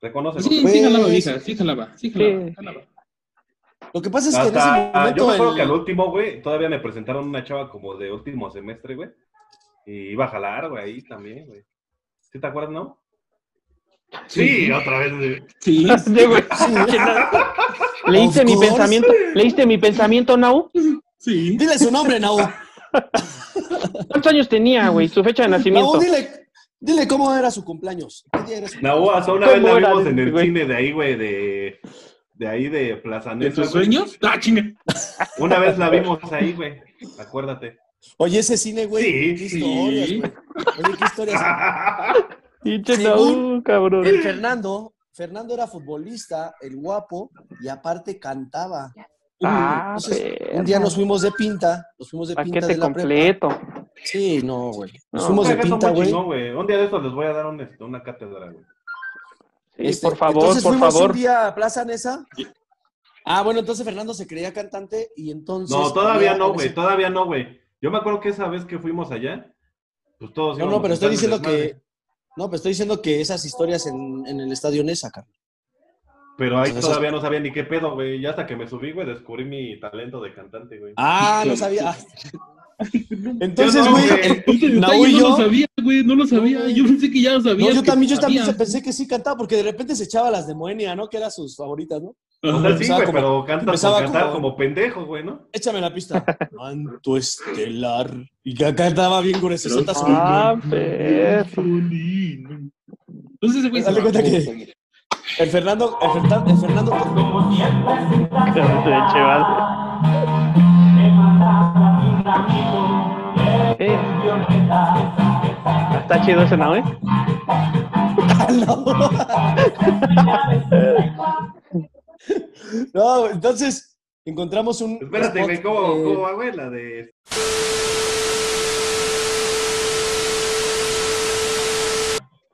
Speaker 4: Reconócelo.
Speaker 3: Sí,
Speaker 1: Pues-
Speaker 3: sí jalaba, vieja. Sí jalaba. Sí jalaba.
Speaker 2: Sí.
Speaker 3: jalaba.
Speaker 1: Lo que pasa es que en ese
Speaker 4: Hasta,
Speaker 1: momento...
Speaker 4: yo me acuerdo
Speaker 1: el-
Speaker 4: que al último, güey, todavía me presentaron una chava como de último semestre, güey. Y iba a jalar, güey, ahí también, güey. ¿Sí te acuerdas, no? Sí, otra vez, güey.
Speaker 3: Sí.
Speaker 2: Sí, güey. ¿Leíste
Speaker 1: Of
Speaker 2: mi
Speaker 1: course.
Speaker 2: pensamiento? ¿Leíste mi pensamiento, Nau?
Speaker 3: Sí.
Speaker 1: Dile su nombre, Nao.
Speaker 2: ¿Cuántos años tenía, güey? Su fecha de
Speaker 1: Nao,
Speaker 2: nacimiento.
Speaker 1: dile, dile cómo era su cumpleaños. ¿Qué día era su
Speaker 4: No, hasta una
Speaker 2: ¿Cómo
Speaker 4: vez la
Speaker 2: era
Speaker 4: vimos
Speaker 2: de-
Speaker 4: en el
Speaker 2: güey?
Speaker 4: cine de ahí, güey, de, de ahí de Plaza
Speaker 3: ¿De
Speaker 4: Nesa,
Speaker 3: tus
Speaker 4: güey.
Speaker 3: sueños? ¡Ah, chinga!
Speaker 4: Una vez la vimos ahí, güey. Acuérdate.
Speaker 1: Oye, ese cine, güey.
Speaker 4: Sí,
Speaker 1: qué
Speaker 3: sí.
Speaker 1: historias, güey. Oye, qué historias.
Speaker 2: Pinche
Speaker 1: Según
Speaker 2: Nau, cabrón.
Speaker 1: El Fernando, Fernando era futbolista, el guapo, y aparte cantaba.
Speaker 2: Ah,
Speaker 1: Entonces,
Speaker 2: perro.
Speaker 1: un día nos fuimos de pinta, nos fuimos de pinta de
Speaker 2: Paquete
Speaker 1: la prepa.
Speaker 2: completo.
Speaker 1: Sí, no, güey. Nos
Speaker 2: No,
Speaker 1: fuimos de
Speaker 4: Oiga, eso
Speaker 1: pinta,
Speaker 4: muy
Speaker 1: güey.
Speaker 4: chingón, güey. Un día de estos les voy a dar un- este, una cátedra, güey.
Speaker 2: Sí,
Speaker 1: Este,
Speaker 2: por favor,
Speaker 1: entonces
Speaker 2: por
Speaker 1: fuimos
Speaker 2: favor.
Speaker 1: un día a Plaza Nesa. Ah, bueno, entonces Fernando se creía cantante y entonces.
Speaker 4: No, todavía no,
Speaker 1: había-
Speaker 4: güey, todavía no, güey. Yo me acuerdo que esa vez que fuimos allá, pues todos
Speaker 1: No,
Speaker 4: íbamos
Speaker 1: no, pero estoy
Speaker 4: a echarle
Speaker 1: diciendo que.
Speaker 4: desmadre.
Speaker 1: No, pero estoy diciendo que esas historias en, en el estadio Nesa, carnal.
Speaker 4: Pero ahí
Speaker 1: Esas-
Speaker 4: todavía no sabía ni qué pedo, güey. Ya hasta que me subí, güey, descubrí mi talento de cantante, güey.
Speaker 1: Ah, no sabía.
Speaker 4: Yo
Speaker 1: Entonces,
Speaker 4: no,
Speaker 1: güey,
Speaker 4: güey.
Speaker 3: Este
Speaker 1: Nau
Speaker 3: detalle
Speaker 1: y
Speaker 3: no
Speaker 1: yo.
Speaker 3: lo sabía, güey, no lo sabía.
Speaker 1: güey.
Speaker 3: Yo pensé que ya lo sabía.
Speaker 1: No, yo también, yo también
Speaker 3: sabía.
Speaker 1: pensé que sí cantaba, porque de repente se echaba las de Moenia, ¿no? Que eran sus favoritas, ¿no?
Speaker 4: O sea, sí,
Speaker 1: pues, empezaba
Speaker 4: güey,
Speaker 1: como-
Speaker 4: pero cantas
Speaker 1: empezaba
Speaker 4: por cantar
Speaker 1: como-
Speaker 4: como... pendejo, güey, ¿no?
Speaker 1: Échame la pista. Manto estelar. Y que acá estaba bien gruesota su...
Speaker 2: Ah, perro.
Speaker 3: Entonces ese güey
Speaker 1: Haz de cuenta que- El Fernando, el Fernan- el Fernando,
Speaker 2: Pinche madre. Sí.
Speaker 1: Eh.
Speaker 2: Está chido ese, ¿no, eh?
Speaker 1: No, entonces encontramos un...
Speaker 4: Espérate, güey,
Speaker 1: spot,
Speaker 4: ¿cómo,
Speaker 1: eh,
Speaker 4: cómo va, güey? La de.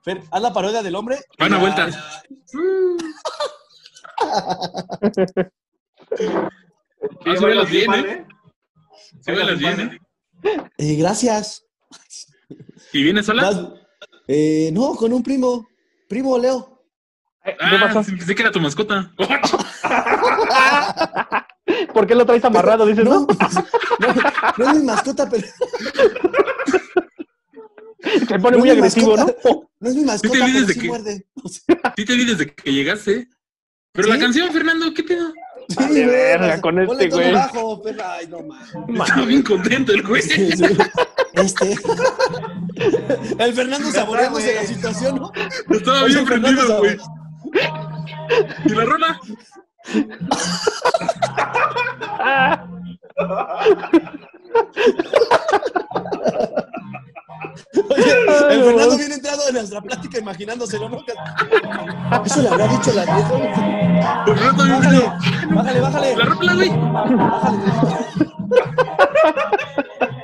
Speaker 1: Fer, haz la parodia del hombre.
Speaker 3: Da una vuelta.
Speaker 4: Sí,
Speaker 3: se
Speaker 4: bailas
Speaker 3: las bien,
Speaker 4: mal,
Speaker 3: ¿eh?
Speaker 4: ¿eh?
Speaker 3: Se ve las bien, ¿eh?
Speaker 1: Eh, gracias.
Speaker 3: ¿Y viene sola?
Speaker 1: Vas- eh, no, con un primo. Primo Leo.
Speaker 2: Eh, ¿Qué
Speaker 3: Ah,
Speaker 2: pasó?
Speaker 3: pensé que era tu mascota. Oh,
Speaker 2: ¿Por qué lo traes amarrado? Dices,
Speaker 1: No,
Speaker 2: no.
Speaker 1: no, no es mi mascota, pero...
Speaker 2: Se pone
Speaker 1: no
Speaker 2: muy
Speaker 1: es mi
Speaker 2: agresivo, ¿no?
Speaker 1: mascota. No es mi mascota,
Speaker 3: vi
Speaker 1: pero
Speaker 3: desde
Speaker 1: sí
Speaker 3: que-
Speaker 1: muerde. O sea,
Speaker 3: Sí te vi desde que llegaste. Pero
Speaker 1: ¿Sí?
Speaker 3: la canción, Fernando, ¿qué pedo?
Speaker 1: Sí,
Speaker 2: de verga con este güey.
Speaker 1: bajo, perra. Ay, no mames.
Speaker 3: Está bien contento el güey.
Speaker 1: Este. El Fernando saboreándose
Speaker 4: güey.
Speaker 1: la situación, ¿no?
Speaker 3: Estaba
Speaker 1: O sea,
Speaker 3: bien prendido,
Speaker 1: Fernando
Speaker 3: güey. ¿Y la rola?
Speaker 2: Ah,
Speaker 1: Oye,
Speaker 2: Ay,
Speaker 1: el
Speaker 2: no.
Speaker 1: Fernando viene entrado en nuestra plática imaginándoselo, ¿no? Eso le habrá dicho la vieja.
Speaker 3: El Fernando bien
Speaker 1: Bájale,
Speaker 3: prendido.
Speaker 1: bájale, bájale.
Speaker 3: La rola, güey.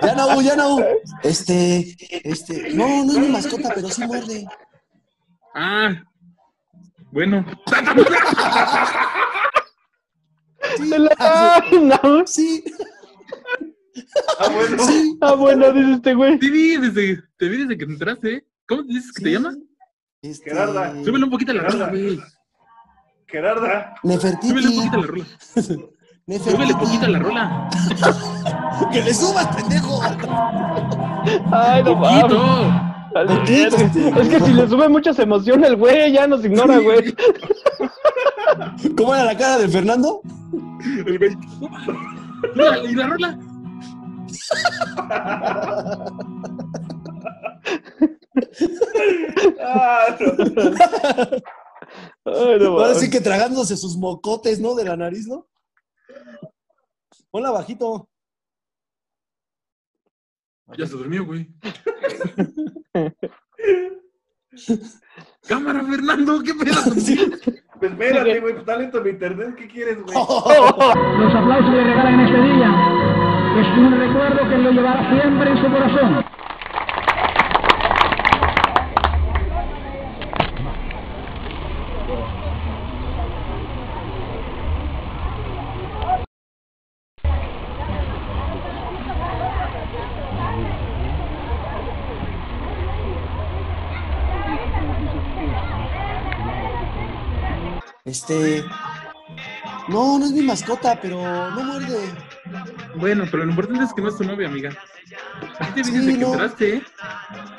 Speaker 1: Ya no, ya no. Este, este, no, no es mi mascota, pero sí muerde.
Speaker 3: Ah. Bueno.
Speaker 1: Sí,
Speaker 2: de la- Ay, no.
Speaker 1: ah, sí,
Speaker 4: Ah, bueno.
Speaker 1: sí.
Speaker 2: Ah, bueno, dice este güey.
Speaker 3: Te vi desde, te vi desde que te entraste. ¿eh? ¿Cómo dices que te llama?
Speaker 1: Este,
Speaker 4: Gerarda.
Speaker 3: Súbele un poquito a la rola,
Speaker 4: Nada.
Speaker 3: güey.
Speaker 4: Gerarda.
Speaker 3: Súbele un
Speaker 1: Nefertiti.
Speaker 3: poquito a la rola.
Speaker 1: Nefertiti.
Speaker 3: Súbele poquito a la rola.
Speaker 1: Que le subas, pendejo.
Speaker 2: Ay, no mames.
Speaker 3: Poquito.
Speaker 2: Al
Speaker 1: Poquito,
Speaker 2: verga.
Speaker 1: este.
Speaker 2: Es que si le sube mucha se emociona el güey, ya nos ignora, güey.
Speaker 1: ¿Cómo era la cara de Fernando?
Speaker 3: El güey. Mira, ¿Y la rola?
Speaker 4: Ah, no.
Speaker 2: Ay, no
Speaker 1: Ahora
Speaker 2: mames.
Speaker 1: sí que tragándose sus mocotes, ¿no? De la nariz, ¿no? Ponla bajito.
Speaker 3: Ya se durmió, güey. Cámara, Fernando, qué pedo.
Speaker 4: Pues espérate, güey, pues está lento mi internet. ¿Qué quieres, güey?
Speaker 1: Oh,
Speaker 9: Los aplausos le regalan en este día. Es un recuerdo que lo llevará siempre en su corazón.
Speaker 1: Este. No, no es mi mascota, pero no muerde.
Speaker 3: Bueno, pero lo importante es que no es tu novia, amiga. ¿Qué te
Speaker 1: Sí,
Speaker 3: dices de que
Speaker 1: no.
Speaker 3: entraste, eh?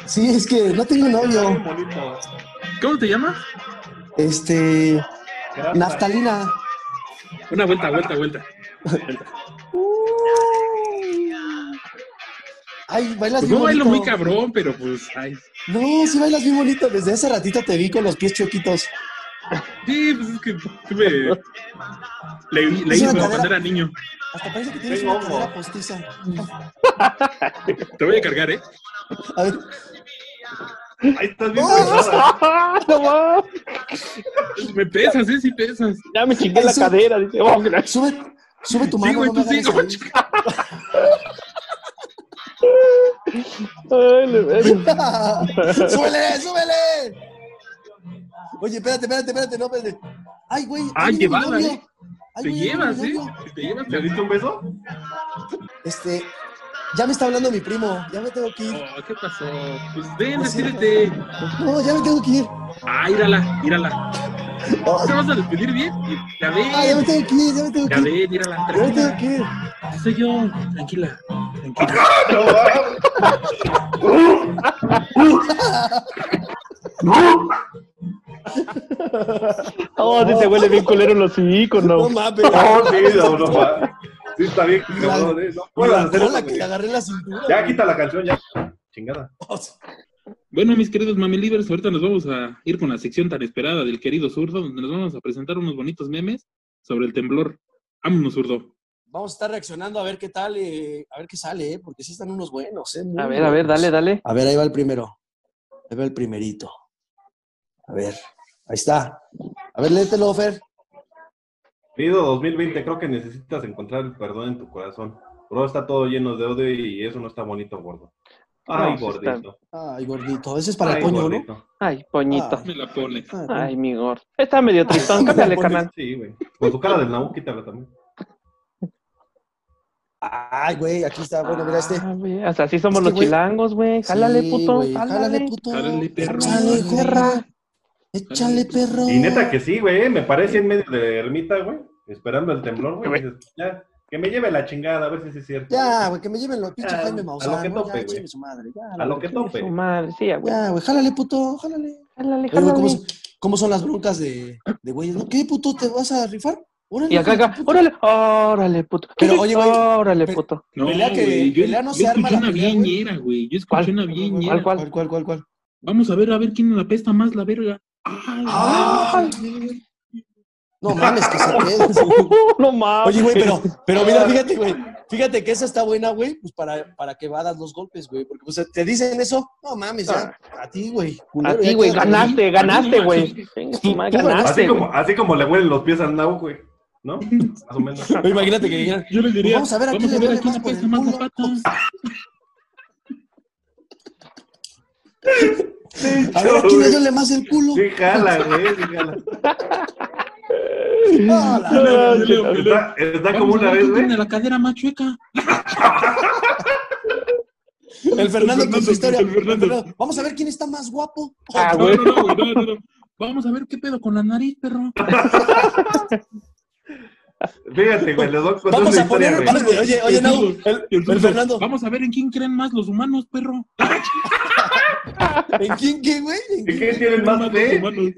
Speaker 1: Sí, es que no tengo
Speaker 4: Muy
Speaker 1: novio.
Speaker 4: bonito.
Speaker 3: ¿Cómo te llamas?
Speaker 1: Este.
Speaker 4: Gerarda.
Speaker 1: Naftalina.
Speaker 3: Una vuelta, vuelta, vuelta.
Speaker 1: Ay, bailas
Speaker 3: Pues
Speaker 1: bien
Speaker 3: no bailo muy
Speaker 1: bonito.
Speaker 3: cabrón, pero pues, ay.
Speaker 1: No, sí bailas bien bonito. Desde hace ratito te vi con los pies chuequitos.
Speaker 3: Sí, pues es que tuve. Le, le
Speaker 1: Es una
Speaker 3: hice cuando
Speaker 1: cadera.
Speaker 3: era niño.
Speaker 1: Hasta parece que tienes
Speaker 4: Tengo
Speaker 1: una
Speaker 4: hongo.
Speaker 1: cadera postiza.
Speaker 3: Te voy a cargar, ¿eh?
Speaker 1: A ver,
Speaker 4: Ahí estás bien. pesada.
Speaker 2: Ah, no mames.
Speaker 3: Me pesas, ¿eh? Sí pesas.
Speaker 2: Ya me chingué la
Speaker 1: Eso-
Speaker 2: cadera, dice. Oh, gracias.
Speaker 1: sube, sube tu
Speaker 3: Sí,
Speaker 1: mano.
Speaker 3: güey,
Speaker 1: no me
Speaker 3: tú sí,
Speaker 1: hagas
Speaker 3: güey.
Speaker 1: ahí.
Speaker 2: Ay, la verga.
Speaker 1: ¡Súbele, súbele! Oye, espérate, espérate, espérate, no, espérate. Ay, güey.
Speaker 3: Ah,
Speaker 1: ahí viene mi
Speaker 3: llevada,
Speaker 1: novio.
Speaker 3: eh.
Speaker 1: Ay,
Speaker 3: Te
Speaker 1: güey, ahí viene
Speaker 3: llevas,
Speaker 1: mi
Speaker 3: ¿eh?
Speaker 1: novio.
Speaker 3: Si Te llevas,
Speaker 4: ¿Le
Speaker 3: te
Speaker 4: diste un beso?
Speaker 1: Este, ya me está hablando mi primo. Ya me tengo que ir.
Speaker 3: Oh, ¿Qué pasó? Pues ven,
Speaker 1: No sé.
Speaker 3: despídete.
Speaker 1: No, ya me tengo que ir.
Speaker 3: Ah, írala, írala.
Speaker 1: Oh,
Speaker 3: ¿Te vas a despedir bien? Ya
Speaker 1: ah, ya me
Speaker 3: ven,
Speaker 1: tengo que ir, ya me tengo que
Speaker 3: ya
Speaker 1: ir.
Speaker 3: ven, írala.
Speaker 1: Ya me tengo
Speaker 3: Tranquila.
Speaker 1: que ir.
Speaker 3: Soy yo. Tranquila, tranquila.
Speaker 4: No, va.
Speaker 2: Oh, sí se huele bien culero los
Speaker 1: No
Speaker 2: iconos.
Speaker 1: mames.
Speaker 4: No, sí, no, no, va. Sí, está bien, cabrón, eh. No puedes
Speaker 1: La
Speaker 4: hacer
Speaker 1: cola
Speaker 4: eso,
Speaker 1: que le
Speaker 4: güey.
Speaker 1: agarré la cintura.
Speaker 4: Ya quita la canción, ya. Chingada.
Speaker 3: Bueno, mis queridos mamilivers, ahorita nos vamos a ir con la sección tan esperada del querido zurdo, donde nos vamos a presentar unos bonitos memes sobre el temblor. Vámonos, zurdo.
Speaker 1: Vamos a estar reaccionando a ver qué tal, eh, a ver qué sale, eh, porque sí están unos buenos. Eh, muy
Speaker 2: A ver, a ver,
Speaker 1: buenos.
Speaker 2: dale, dale.
Speaker 1: A ver, ahí va el primero. Ahí va el primerito. A ver, ahí está. A ver, léetelo, Fer.
Speaker 4: Querido 2020, creo que necesitas encontrar el perdón en tu corazón. Bro, está todo lleno de odio y eso no está bonito, gordo. Ay,
Speaker 2: No, sí está.
Speaker 4: gordito.
Speaker 1: Ay, gordito. Ese es para
Speaker 4: Ay,
Speaker 1: el poño, ¿no?
Speaker 4: gordito.
Speaker 2: Ay, poñito.
Speaker 1: Ah.
Speaker 3: Me la pone.
Speaker 1: Ah, bueno.
Speaker 2: Ay, mi gordo. Está medio tristón, cámbiale, carnal.
Speaker 4: Sí, güey. Con tu cara del Nabu, quítala también.
Speaker 1: Ay, güey, aquí está. Bueno, mira este.
Speaker 2: Ah, güey, hasta así somos
Speaker 1: Es que,
Speaker 2: los
Speaker 1: güey,
Speaker 2: chilangos, güey. Jálale,
Speaker 1: Sí,
Speaker 2: puto.
Speaker 1: güey,
Speaker 2: jálale.
Speaker 1: Jálale, puto.
Speaker 3: Jálale, perro.
Speaker 1: Échale,
Speaker 2: Perra.
Speaker 1: perra. Échale, perro.
Speaker 4: Y neta que sí, güey. ¿eh? Me parece en medio de ermita, güey. Esperando el temblor, güey. Dices, Ya, que me lleve la chingada, a ver si sí es cierto.
Speaker 1: Ya, güey, que me lleven los pinches
Speaker 4: Ya,
Speaker 1: Jaime
Speaker 4: Ah, a lo
Speaker 1: Maussan.
Speaker 4: que
Speaker 1: ¿no?
Speaker 4: tope,
Speaker 1: ya,
Speaker 4: güey.
Speaker 1: chingue su madre. Ya,
Speaker 4: A lo que
Speaker 2: Su
Speaker 4: tope.
Speaker 2: madre, sí, ya, güey.
Speaker 1: Ya, güey, jálale, puto, jálale.
Speaker 2: Jálale,
Speaker 1: Oye, güey, ¿cómo,
Speaker 2: jálale.
Speaker 1: son- cómo son las broncas de, de güeyes? ¿no? ¿Qué puto te vas a rifar? Órale,
Speaker 2: Y acá, acá, órale, órale, puto.
Speaker 1: Pero, oye, güey,
Speaker 2: órale,
Speaker 1: pero-
Speaker 2: puto.
Speaker 3: No,
Speaker 1: Pelea que-
Speaker 3: güey, yo,
Speaker 1: pelea no
Speaker 3: yo
Speaker 1: se arma
Speaker 3: escuché
Speaker 1: la
Speaker 3: una
Speaker 1: pelea, güey.
Speaker 3: viñera, güey. Yo escuché
Speaker 2: ¿Cuál?
Speaker 3: una
Speaker 2: ¿Cuál,
Speaker 3: viñera.
Speaker 2: cuál?
Speaker 1: ¿Cuál, cuál, cuál, cuál?
Speaker 3: Vamos a ver a ver quién la apesta más la verga. Ay,
Speaker 1: ¡Ay! No mames, que se quede.
Speaker 2: no mames.
Speaker 1: Oye, güey, pero, pero mira, fíjate, güey. Fíjate que esa está buena, güey, pues para, para que vadas los golpes, güey. Porque pues, te dicen eso, no mames, ya, a ti, güey.
Speaker 2: Ah. A
Speaker 1: culero,
Speaker 2: ti,
Speaker 1: ya
Speaker 2: güey,
Speaker 1: quédate.
Speaker 2: ganaste, ganaste,
Speaker 3: Así-
Speaker 2: güey.
Speaker 3: así-
Speaker 2: Venga, tu
Speaker 1: Así
Speaker 2: madre,
Speaker 4: Así
Speaker 2: Ganaste,
Speaker 4: como,
Speaker 2: güey.
Speaker 4: así como le huelen los pies al nabo, güey. ¿No? Más o menos.
Speaker 1: Güey, Imagínate que dijeran,
Speaker 3: Yo les diría,
Speaker 1: Vamos a ver a quién le duele
Speaker 3: quién
Speaker 1: más por
Speaker 3: apesta
Speaker 1: el
Speaker 3: más la
Speaker 1: culo.
Speaker 3: pata.
Speaker 1: a ver, ¿a quién le duele más el culo?
Speaker 4: Sí, jala, güey. sí jala.
Speaker 1: Ah, la-
Speaker 2: No,
Speaker 3: Yo
Speaker 2: sí,
Speaker 3: le-
Speaker 4: Está, está ah, como
Speaker 3: Vamos a ver
Speaker 4: una vez, ¿eh?
Speaker 3: quién
Speaker 4: güey.
Speaker 3: tiene la cadera más chueca.
Speaker 1: el Fernando con su
Speaker 3: Fernando,
Speaker 1: historia.
Speaker 3: el Fernando.
Speaker 1: el Fernando, Vamos a ver quién está más guapo.
Speaker 2: Ah,
Speaker 3: No,
Speaker 2: güey.
Speaker 3: no, no, güey, no, no, no. Vamos a ver qué pedo con la nariz, perro.
Speaker 4: Fíjate, güey, les voy a contar
Speaker 1: Vamos
Speaker 4: una
Speaker 1: a
Speaker 4: historia,
Speaker 1: poner.
Speaker 4: güey.
Speaker 1: vamos- Oye, oye, no. El,
Speaker 3: Y
Speaker 1: el
Speaker 3: entonces,
Speaker 1: Fernando,
Speaker 3: Vamos a ver en quién creen más los humanos, perro.
Speaker 1: ¿en quién qué, güey? ¿En
Speaker 4: ¿Y
Speaker 1: quién?
Speaker 4: qué tienen
Speaker 3: Creen
Speaker 4: más
Speaker 3: los
Speaker 4: fe?
Speaker 3: humanos.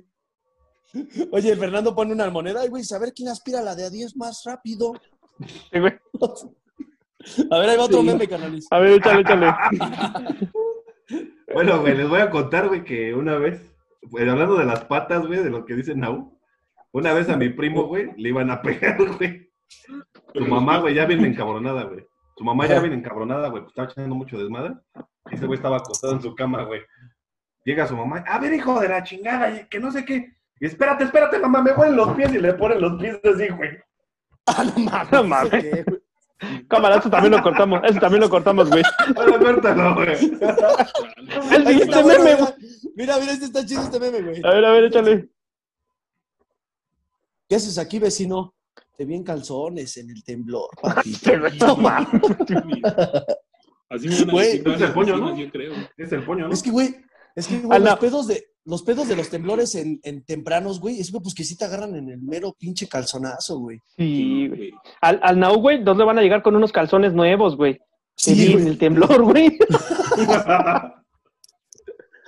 Speaker 1: Oye, el Fernando pone una moneda y, güey, saber quién aspira a la de a 10 más rápido.
Speaker 2: güey.
Speaker 1: A ver, ahí va otro
Speaker 2: Sí.
Speaker 1: meme, canaliz.
Speaker 2: A ver, échale, échale.
Speaker 1: Ah,
Speaker 4: Bueno, güey, les voy a contar, güey, que una vez, güey, hablando de las patas, güey, de lo que dice Nau, una vez a mi primo, güey, le iban a pegar, güey. Su mamá, güey, ya viene encabronada, güey. Su mamá ya
Speaker 1: Ajá.
Speaker 4: viene encabronada, güey, pues estaba echando mucho desmadre. Y ese güey estaba acostado en su cama, güey. Llega su mamá, a ver, hijo de la chingada, y que no sé qué. Y espérate, espérate, mamá, me ponen los pies y le ponen los pies así, güey.
Speaker 2: No mames. Cámara, eso también lo cortamos. Eso también lo cortamos, güey.
Speaker 4: Bueno, córtalo, güey.
Speaker 2: El
Speaker 1: Ahí está, bueno,
Speaker 2: siguiente Este meme, güey.
Speaker 1: mira, mira, mira, este está chido este meme, güey.
Speaker 2: A ver, a ver, échale.
Speaker 1: ¿Qué haces aquí, vecino? Te vi en calzones en el temblor, papito.
Speaker 2: Toma.
Speaker 3: Así me van
Speaker 1: Güey,
Speaker 3: a decir "Ah,
Speaker 4: es pues, el
Speaker 3: varias
Speaker 4: pollo,
Speaker 3: personas,
Speaker 4: ¿no?
Speaker 3: Yo creo.
Speaker 4: Es el poño, ¿no?
Speaker 1: Es que, güey, es que, güey,
Speaker 2: Ala.
Speaker 1: los pedos de. Los pedos de los temblores en, en tempranos, güey, es que pues que sí te agarran en el mero pinche calzonazo, güey.
Speaker 2: Sí, güey. Al, al Nau, güey, dos le van a llegar con unos calzones nuevos, güey. Sí,
Speaker 1: Sí,
Speaker 2: el temblor, güey.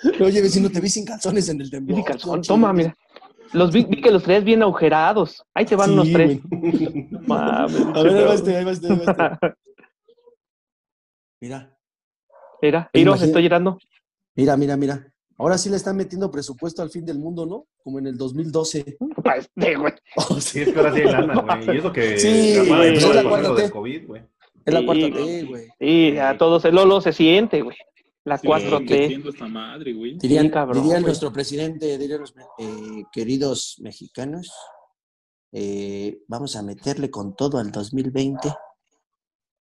Speaker 1: güey. Oye, vecino, te vi sin calzones en el
Speaker 2: Y
Speaker 1: temblor.
Speaker 2: mi calzón,
Speaker 1: coche.
Speaker 2: toma, mira. Los vi, vi que los tres bien agujerados. Ahí te van
Speaker 1: Sí,
Speaker 2: los tres.
Speaker 1: güey.
Speaker 2: No mames.
Speaker 1: A ver, ahí va este, ahí va este, ahí va este. Mira,
Speaker 2: Mira, Iro,
Speaker 1: Imagina-
Speaker 2: estoy llorando.
Speaker 1: mira, mira, mira. Ahora sí le están metiendo presupuesto al fin del mundo, ¿no? Como en el 2012.
Speaker 2: Pa' Este, güey.
Speaker 1: O
Speaker 4: Sí,
Speaker 1: sea,
Speaker 4: es que ahora sí hay lana, güey. Y eso que
Speaker 1: Sí,
Speaker 4: ganaron
Speaker 2: güey,
Speaker 4: el
Speaker 2: pues es la
Speaker 4: dinero
Speaker 1: cuarta
Speaker 4: del
Speaker 1: T.
Speaker 4: COVID, güey.
Speaker 1: es la cuarta
Speaker 2: Sí,
Speaker 1: T, güey.
Speaker 2: Sí, a todos. El Lolo se siente, güey. La
Speaker 3: Sí,
Speaker 2: 4T.
Speaker 3: entiendo esta madre, güey.
Speaker 1: Dirían,
Speaker 2: Sí, cabrón,
Speaker 1: diría
Speaker 2: güey.
Speaker 1: nuestro presidente, diría los, eh, queridos mexicanos, eh, vamos a meterle con todo al 2020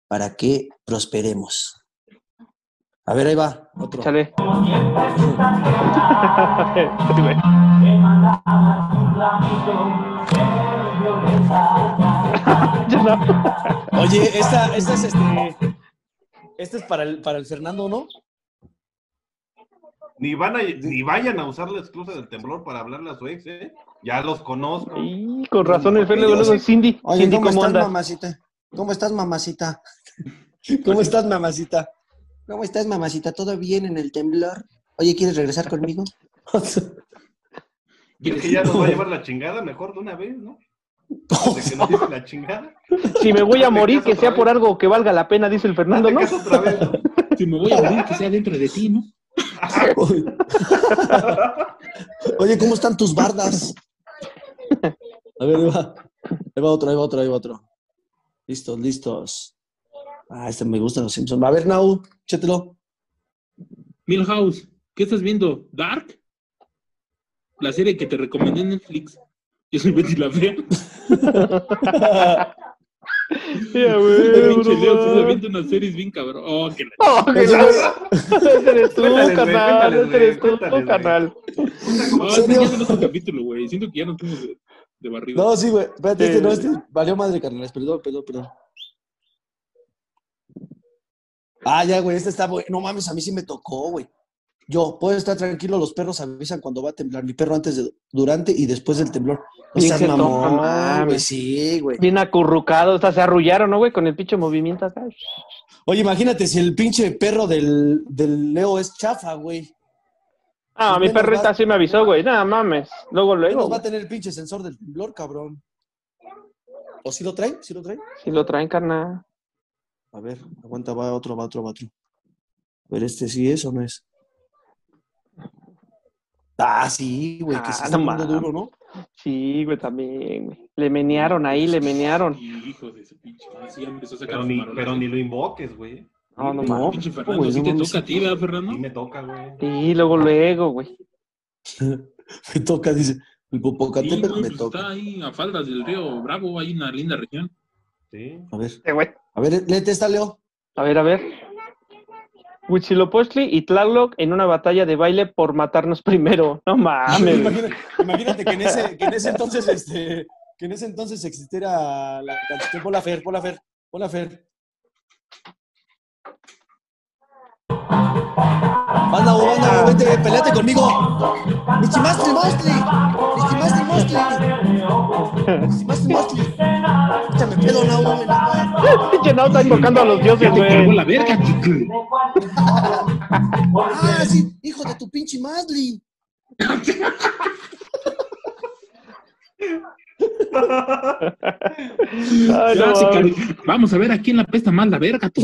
Speaker 1: para que prosperemos. A ver, ahí va, otro.
Speaker 2: Échale. Sí, güey. Ya no.
Speaker 1: Oye, esta, esta es este. Esta es para el, para el Fernando, ¿no?
Speaker 4: Ni, van a, ni vayan a usar la excusa del temblor para hablarle a su ex, ¿eh? Ya los conozco.
Speaker 2: Y con razón el Fer luego, luego,
Speaker 1: Oye,
Speaker 2: Cindy.
Speaker 1: Oye,
Speaker 2: Cindy,
Speaker 1: ¿cómo,
Speaker 2: ¿cómo,
Speaker 1: estás,
Speaker 2: andas?
Speaker 1: mamacita? ¿Cómo estás, mamacita? ¿Cómo estás, mamacita? ¿Cómo estás, mamacita? ¿Todo bien en el temblor? Oye, ¿quieres regresar conmigo?
Speaker 4: Es que ya nos va a llevar la chingada mejor de una vez, ¿no? De que nos dice la chingada.
Speaker 2: Si me voy a
Speaker 4: Te
Speaker 2: morir,
Speaker 4: casas
Speaker 2: que sea
Speaker 4: otra
Speaker 2: por
Speaker 4: vez.
Speaker 2: algo que valga la pena, dice el Fernando,
Speaker 4: Te
Speaker 2: ¿no?
Speaker 4: casas otra vez, ¿no?
Speaker 3: Si me voy a morir, que sea dentro de ti, ¿no?
Speaker 1: Oye, ¿cómo están tus bardas? A ver, ahí va. Ahí va otro, ahí va otro, ahí va otro. Listos, listos. Ah, este me gustan los Simpsons. A ver, Nau, chételo.
Speaker 3: Milhouse, ¿qué estás viendo? ¿Dark? La serie que te recomendé en Netflix. Yo soy Betty la Fea.
Speaker 2: Ya,
Speaker 3: Pero
Speaker 2: güey,
Speaker 3: pinche Leo, estás
Speaker 2: bro.
Speaker 3: viendo unas series bien cabrón. Oh, que la-
Speaker 2: Oh, que la- Ese eres tú,
Speaker 4: Cuéntales, güey,
Speaker 2: canal.
Speaker 4: cuéntales,
Speaker 2: Ese eres
Speaker 4: güey,
Speaker 2: tú,
Speaker 4: cuéntales, güey.
Speaker 2: canal.
Speaker 3: No,
Speaker 1: ¿En
Speaker 3: es que
Speaker 1: serio?
Speaker 3: ya es otro capítulo, güey. Siento que ya nos fuimos de, de barrido.
Speaker 1: No, sí, güey. Espérate,
Speaker 2: Sí.
Speaker 1: este no, este valió madre, carnales. Perdón, perdón, perdón. Ah, ya, güey, este está bueno. No mames, a mí sí me tocó, güey. Yo, puedo estar tranquilo, los perros avisan cuando va a temblar. Mi perro antes, de, durante y después del temblor. No
Speaker 2: Bien
Speaker 1: seas
Speaker 2: cierto,
Speaker 1: mamón,
Speaker 2: no mames.
Speaker 1: güey, sí, güey.
Speaker 2: Bien acurrucado. Hasta se arrullaron, ¿no, güey? Con el pinche movimiento acá.
Speaker 1: Oye, imagínate si el pinche perro del, del Leo es chafa, güey.
Speaker 2: Ah, mi
Speaker 1: Menos
Speaker 2: perrita
Speaker 1: mal.
Speaker 2: sí me avisó, güey. Nada mames. Luego, luego.
Speaker 1: Menos va a
Speaker 2: güey.
Speaker 1: tener el pinche sensor del temblor, cabrón. ¿O si lo traen? ¿Sí lo traen?
Speaker 2: Si lo traen, carnal.
Speaker 1: A ver, aguanta, va otro, va otro, va otro. A ver, este sí es o no es. Ah, sí, güey, que
Speaker 2: Ah,
Speaker 1: se está
Speaker 2: no
Speaker 1: poniendo
Speaker 2: mames.
Speaker 1: duro, ¿no?
Speaker 2: Sí, güey, también, güey. Le menearon ahí, le menearon.
Speaker 3: Hijo de su pinche. madre, sí, ya empezó a sacar
Speaker 4: Pero
Speaker 3: su
Speaker 4: ni,
Speaker 3: farol.
Speaker 4: pero ni lo invoques, güey.
Speaker 2: No, no,
Speaker 1: No.
Speaker 2: no.
Speaker 3: Pinche Fernando,
Speaker 1: güey,
Speaker 3: sí
Speaker 1: no
Speaker 3: te
Speaker 1: mames.
Speaker 3: toca a ti, ¿verdad, Fernando?
Speaker 4: Y me toca, güey.
Speaker 2: Sí, luego, luego, güey.
Speaker 1: Me toca, dice. El
Speaker 3: Sí, güey,
Speaker 1: Popocatépetl me
Speaker 3: pues está
Speaker 1: toca.
Speaker 3: ahí a faldas del río Bravo, hay una linda región.
Speaker 4: Sí.
Speaker 1: A ver,
Speaker 2: Eh, güey.
Speaker 1: a ver, léete esta, Leo.
Speaker 2: A ver, a ver. Huitzilopochtli y Tlaloc en una batalla de baile por matarnos primero. No mames. güey.
Speaker 1: Imagínate, imagínate que, en ese, que en ese entonces, este, que en ese entonces existiera la canción Pola Fer, Pola Fer, Pola Fer. Banda, bo, banda, bo, vete, peleate conmigo. Michimastri, mostri. Michimastri, mostri. Michimastri, mostri. Échame pedo, no, güey, no, güey.
Speaker 2: Pinche Nao está invocando a los dioses,
Speaker 3: Ya te cargó
Speaker 2: güey.
Speaker 3: la verga, chicle.
Speaker 1: Ah, sí, hijo de tu pinche Masli.
Speaker 2: Ay,
Speaker 3: Ya
Speaker 2: no
Speaker 3: se
Speaker 2: mames.
Speaker 3: cargó. Vamos a ver a quién la pesta más la verga, tú.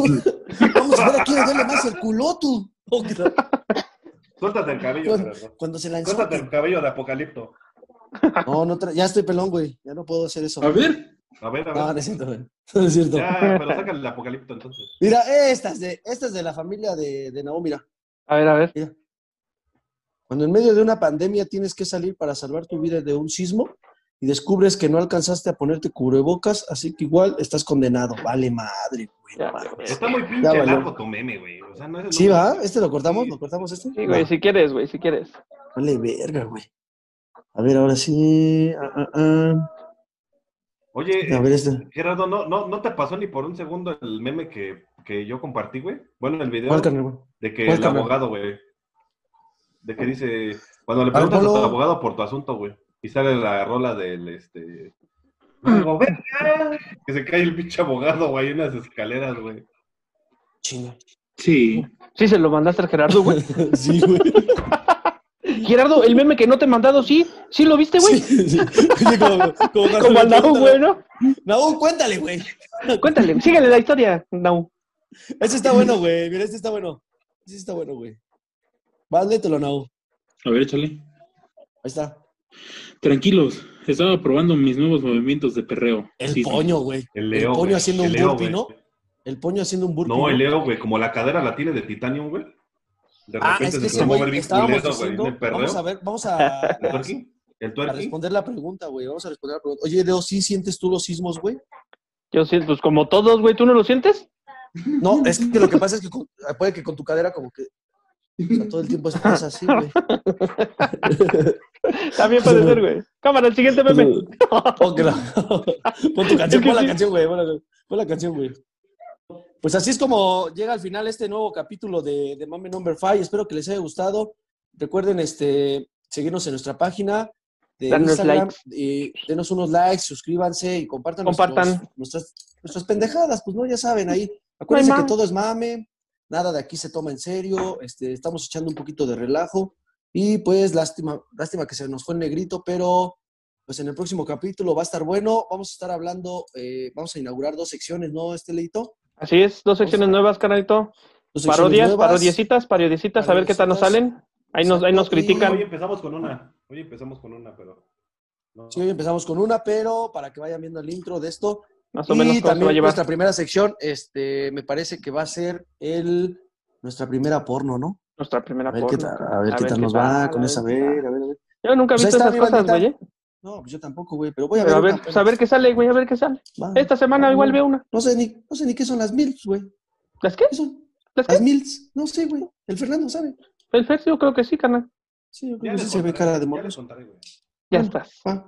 Speaker 1: Vamos a ver a quién le duele más el culoto.
Speaker 4: Suéltate el cabello,
Speaker 1: Cuando,
Speaker 4: Gerardo.
Speaker 1: cuando se lanzó.
Speaker 4: Suéltate el cabello de Apocalipto.
Speaker 1: No, no tra- ya estoy pelón, güey. Ya no puedo hacer eso.
Speaker 3: A ver,
Speaker 4: A ver,
Speaker 1: No,
Speaker 4: a
Speaker 1: no
Speaker 4: ver.
Speaker 1: es cierto, güey. No es cierto.
Speaker 4: Ya, pero sácale el Apocalipto entonces.
Speaker 1: Mira, estas de, estas de la familia de, de Naomi, mira.
Speaker 2: A ver, a ver.
Speaker 1: Cuando en medio de una pandemia tienes que salir para salvar tu vida de un sismo y descubres que no alcanzaste a ponerte cubrebocas, así que igual estás condenado. Vale, madre, güey. no
Speaker 2: Ya,
Speaker 1: mames.
Speaker 2: güey.
Speaker 4: Está muy
Speaker 1: Ya
Speaker 4: pinche
Speaker 1: valió.
Speaker 4: largo tu meme, güey. O sea, no es el
Speaker 1: Sí,
Speaker 4: único.
Speaker 1: va. ¿Este lo cortamos? ¿Lo cortamos este?
Speaker 2: Sí, güey,
Speaker 1: Va.
Speaker 2: si quieres, güey, si quieres.
Speaker 1: Vale, verga, güey. A ver, ahora sí. Ah, ah, ah.
Speaker 4: Oye,
Speaker 1: A ver, este.
Speaker 4: Gerardo, ¿no, no, ¿no te pasó ni por un segundo el meme que, que yo compartí, güey? Bueno, el video
Speaker 1: ¿Cuál carnal, güey?
Speaker 4: de que
Speaker 1: cuál,
Speaker 4: el
Speaker 1: carnal?
Speaker 4: abogado, güey. De que dice, cuando le
Speaker 1: ver,
Speaker 4: preguntas a tu
Speaker 1: ponlo.
Speaker 4: abogado por tu asunto, güey. Y sale la rola del, este... "Digo, "Verga", Que se cae el pinche abogado, güey, en las escaleras, güey.
Speaker 1: Chinga.
Speaker 3: sí.
Speaker 2: Sí, se lo mandaste al Gerardo, güey.
Speaker 1: Sí, güey.
Speaker 2: Gerardo, el meme que no te he mandado, sí. ¿Sí lo viste, güey?
Speaker 1: Sí, sí. Oye, como, como cuando
Speaker 2: Como
Speaker 1: le
Speaker 2: al Nau,
Speaker 1: preguntan,
Speaker 2: güey, ¿no?
Speaker 1: Naú, cuéntale, güey.
Speaker 2: Cuéntale, síguele la historia, Nau.
Speaker 1: Ese está bueno, güey. Mira, este está bueno. Ese está bueno, güey. Vas, léetelo, Naú.
Speaker 3: A ver, échale.
Speaker 1: Ahí está.
Speaker 3: Tranquilos, estaba probando mis nuevos movimientos de perreo.
Speaker 1: El
Speaker 3: Sí, sí.
Speaker 1: poño, güey.
Speaker 4: El Leo,
Speaker 1: poño
Speaker 4: güey.
Speaker 1: haciendo
Speaker 4: El
Speaker 1: un
Speaker 4: Leo,
Speaker 1: burpee,
Speaker 4: güey.
Speaker 1: ¿no? El poño haciendo un burpee.
Speaker 4: No, el Leo, güey, como la cadera la tiene de Titanium, güey. De
Speaker 1: Ah, es
Speaker 4: repente
Speaker 1: que
Speaker 4: se
Speaker 1: ese
Speaker 4: empezó a mover
Speaker 1: güey
Speaker 4: bien
Speaker 1: estábamos
Speaker 4: culero, güey,
Speaker 1: diciendo.
Speaker 4: en el perreo.
Speaker 1: Vamos a ver, vamos a, a-
Speaker 4: ¿El twerking? ¿El
Speaker 1: a
Speaker 4: twerking?
Speaker 1: responder la pregunta, güey. Vamos a responder la pregunta. Oye, Leo, ¿sí sientes tú los sismos, güey?
Speaker 2: Yo siento, pues como todos, güey, ¿tú no lo sientes?
Speaker 1: No, es que lo que pasa es que con- puede que con tu cadera como que... o sea, todo el tiempo estás así, güey.
Speaker 2: También puede ser, güey. Cámara, el siguiente meme.
Speaker 1: Pon que la- pon tu
Speaker 2: Es
Speaker 1: canción,
Speaker 2: que
Speaker 1: pon la
Speaker 2: sí.
Speaker 1: canción, güey. Pon la, pon la canción, güey. Pues así es como llega al final este nuevo capítulo de, de Mame Number 5. Espero que les haya gustado. Recuerden este, seguirnos en nuestra página de
Speaker 2: Danos
Speaker 1: Instagram.
Speaker 2: likes.
Speaker 1: Y eh, denos unos likes, suscríbanse y compartan,
Speaker 2: Compartan.
Speaker 1: nuestros- nuestras, nuestras pendejadas. Pues no, ya saben, ahí. Acuérdense
Speaker 2: No hay
Speaker 1: que
Speaker 2: más.
Speaker 1: todo es mame. Nada de aquí se toma en serio. Este, estamos echando un poquito de relajo. Y pues lástima, lástima que se nos fue el negrito, pero pues en el próximo capítulo va a estar bueno. Vamos a estar hablando, eh, vamos a inaugurar dos secciones, ¿no, este leito?
Speaker 2: Así es, dos secciones nuevas, carnalito.
Speaker 1: Dos Pues, secciones
Speaker 2: Parodias,
Speaker 1: nuevas.
Speaker 2: parodiecitas, parodiecitas, a ver qué tal nos
Speaker 1: Parodiecitas.
Speaker 2: salen. Ahí nos, ahí nos
Speaker 1: Exacto, y-
Speaker 4: Hoy
Speaker 2: critican.
Speaker 4: empezamos con una. Hoy empezamos con una, pero. no.
Speaker 1: Sí, hoy empezamos con una, pero para que vayan viendo el intro de esto.
Speaker 2: Más o menos
Speaker 1: y
Speaker 2: cómo se va a
Speaker 1: también pues,
Speaker 2: llevar.
Speaker 1: nuestra primera sección, este, me parece que va a ser el nuestra primera porno, ¿no?
Speaker 2: Nuestra primera
Speaker 1: A ver qué
Speaker 2: porno.
Speaker 1: tal, a ver
Speaker 2: A
Speaker 1: qué
Speaker 2: ver
Speaker 1: tal
Speaker 2: qué
Speaker 1: nos
Speaker 2: tal,
Speaker 1: va
Speaker 2: a
Speaker 1: con
Speaker 2: ver
Speaker 1: esa. A
Speaker 2: qué
Speaker 1: ver, a ver, a ver.
Speaker 2: Yo nunca he
Speaker 1: Pues ahí está,
Speaker 2: visto esas
Speaker 1: mi
Speaker 2: cosas,
Speaker 1: bandita.
Speaker 2: güey. ¿eh?
Speaker 1: No, pues yo tampoco, güey, pero voy a ver.
Speaker 2: Pero a ver,
Speaker 1: una
Speaker 2: pues, a ver qué sale, güey, a ver qué sale.
Speaker 1: Va.
Speaker 2: Esta semana igual veo una.
Speaker 1: No sé ni, no sé ni qué son las mils, güey.
Speaker 2: ¿Las qué?
Speaker 1: ¿Qué son?
Speaker 2: ¿Las
Speaker 1: Las
Speaker 2: qué?
Speaker 1: mils, no sé, güey. El Fernando sabe.
Speaker 2: El Fer, yo creo que sí, carnal.
Speaker 1: Sí, yo
Speaker 4: Ya
Speaker 1: creo que
Speaker 4: les
Speaker 1: sí se ve
Speaker 4: contaré,
Speaker 1: cara de
Speaker 4: ya
Speaker 1: morros.
Speaker 4: les contaré, güey.
Speaker 2: Ya
Speaker 1: Bueno.
Speaker 2: estás.
Speaker 1: Ah.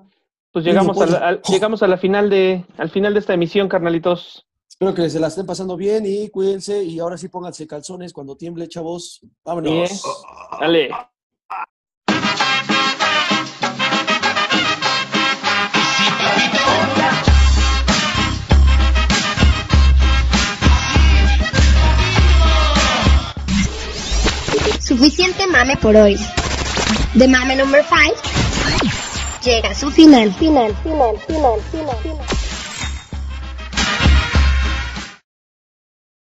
Speaker 2: Pues
Speaker 1: Niño
Speaker 2: llegamos a, la,
Speaker 1: pollo.
Speaker 2: al- llegamos a la final de, al final de esta emisión, carnalitos.
Speaker 1: Espero que se la estén pasando bien y cuídense. Y ahora sí pónganse calzones cuando tiemble, chavos. Vámonos.
Speaker 2: Bien. Dale.
Speaker 5: Suficiente mame por hoy. The Mame Number 5 llega a su final. Final, final, final, final, final.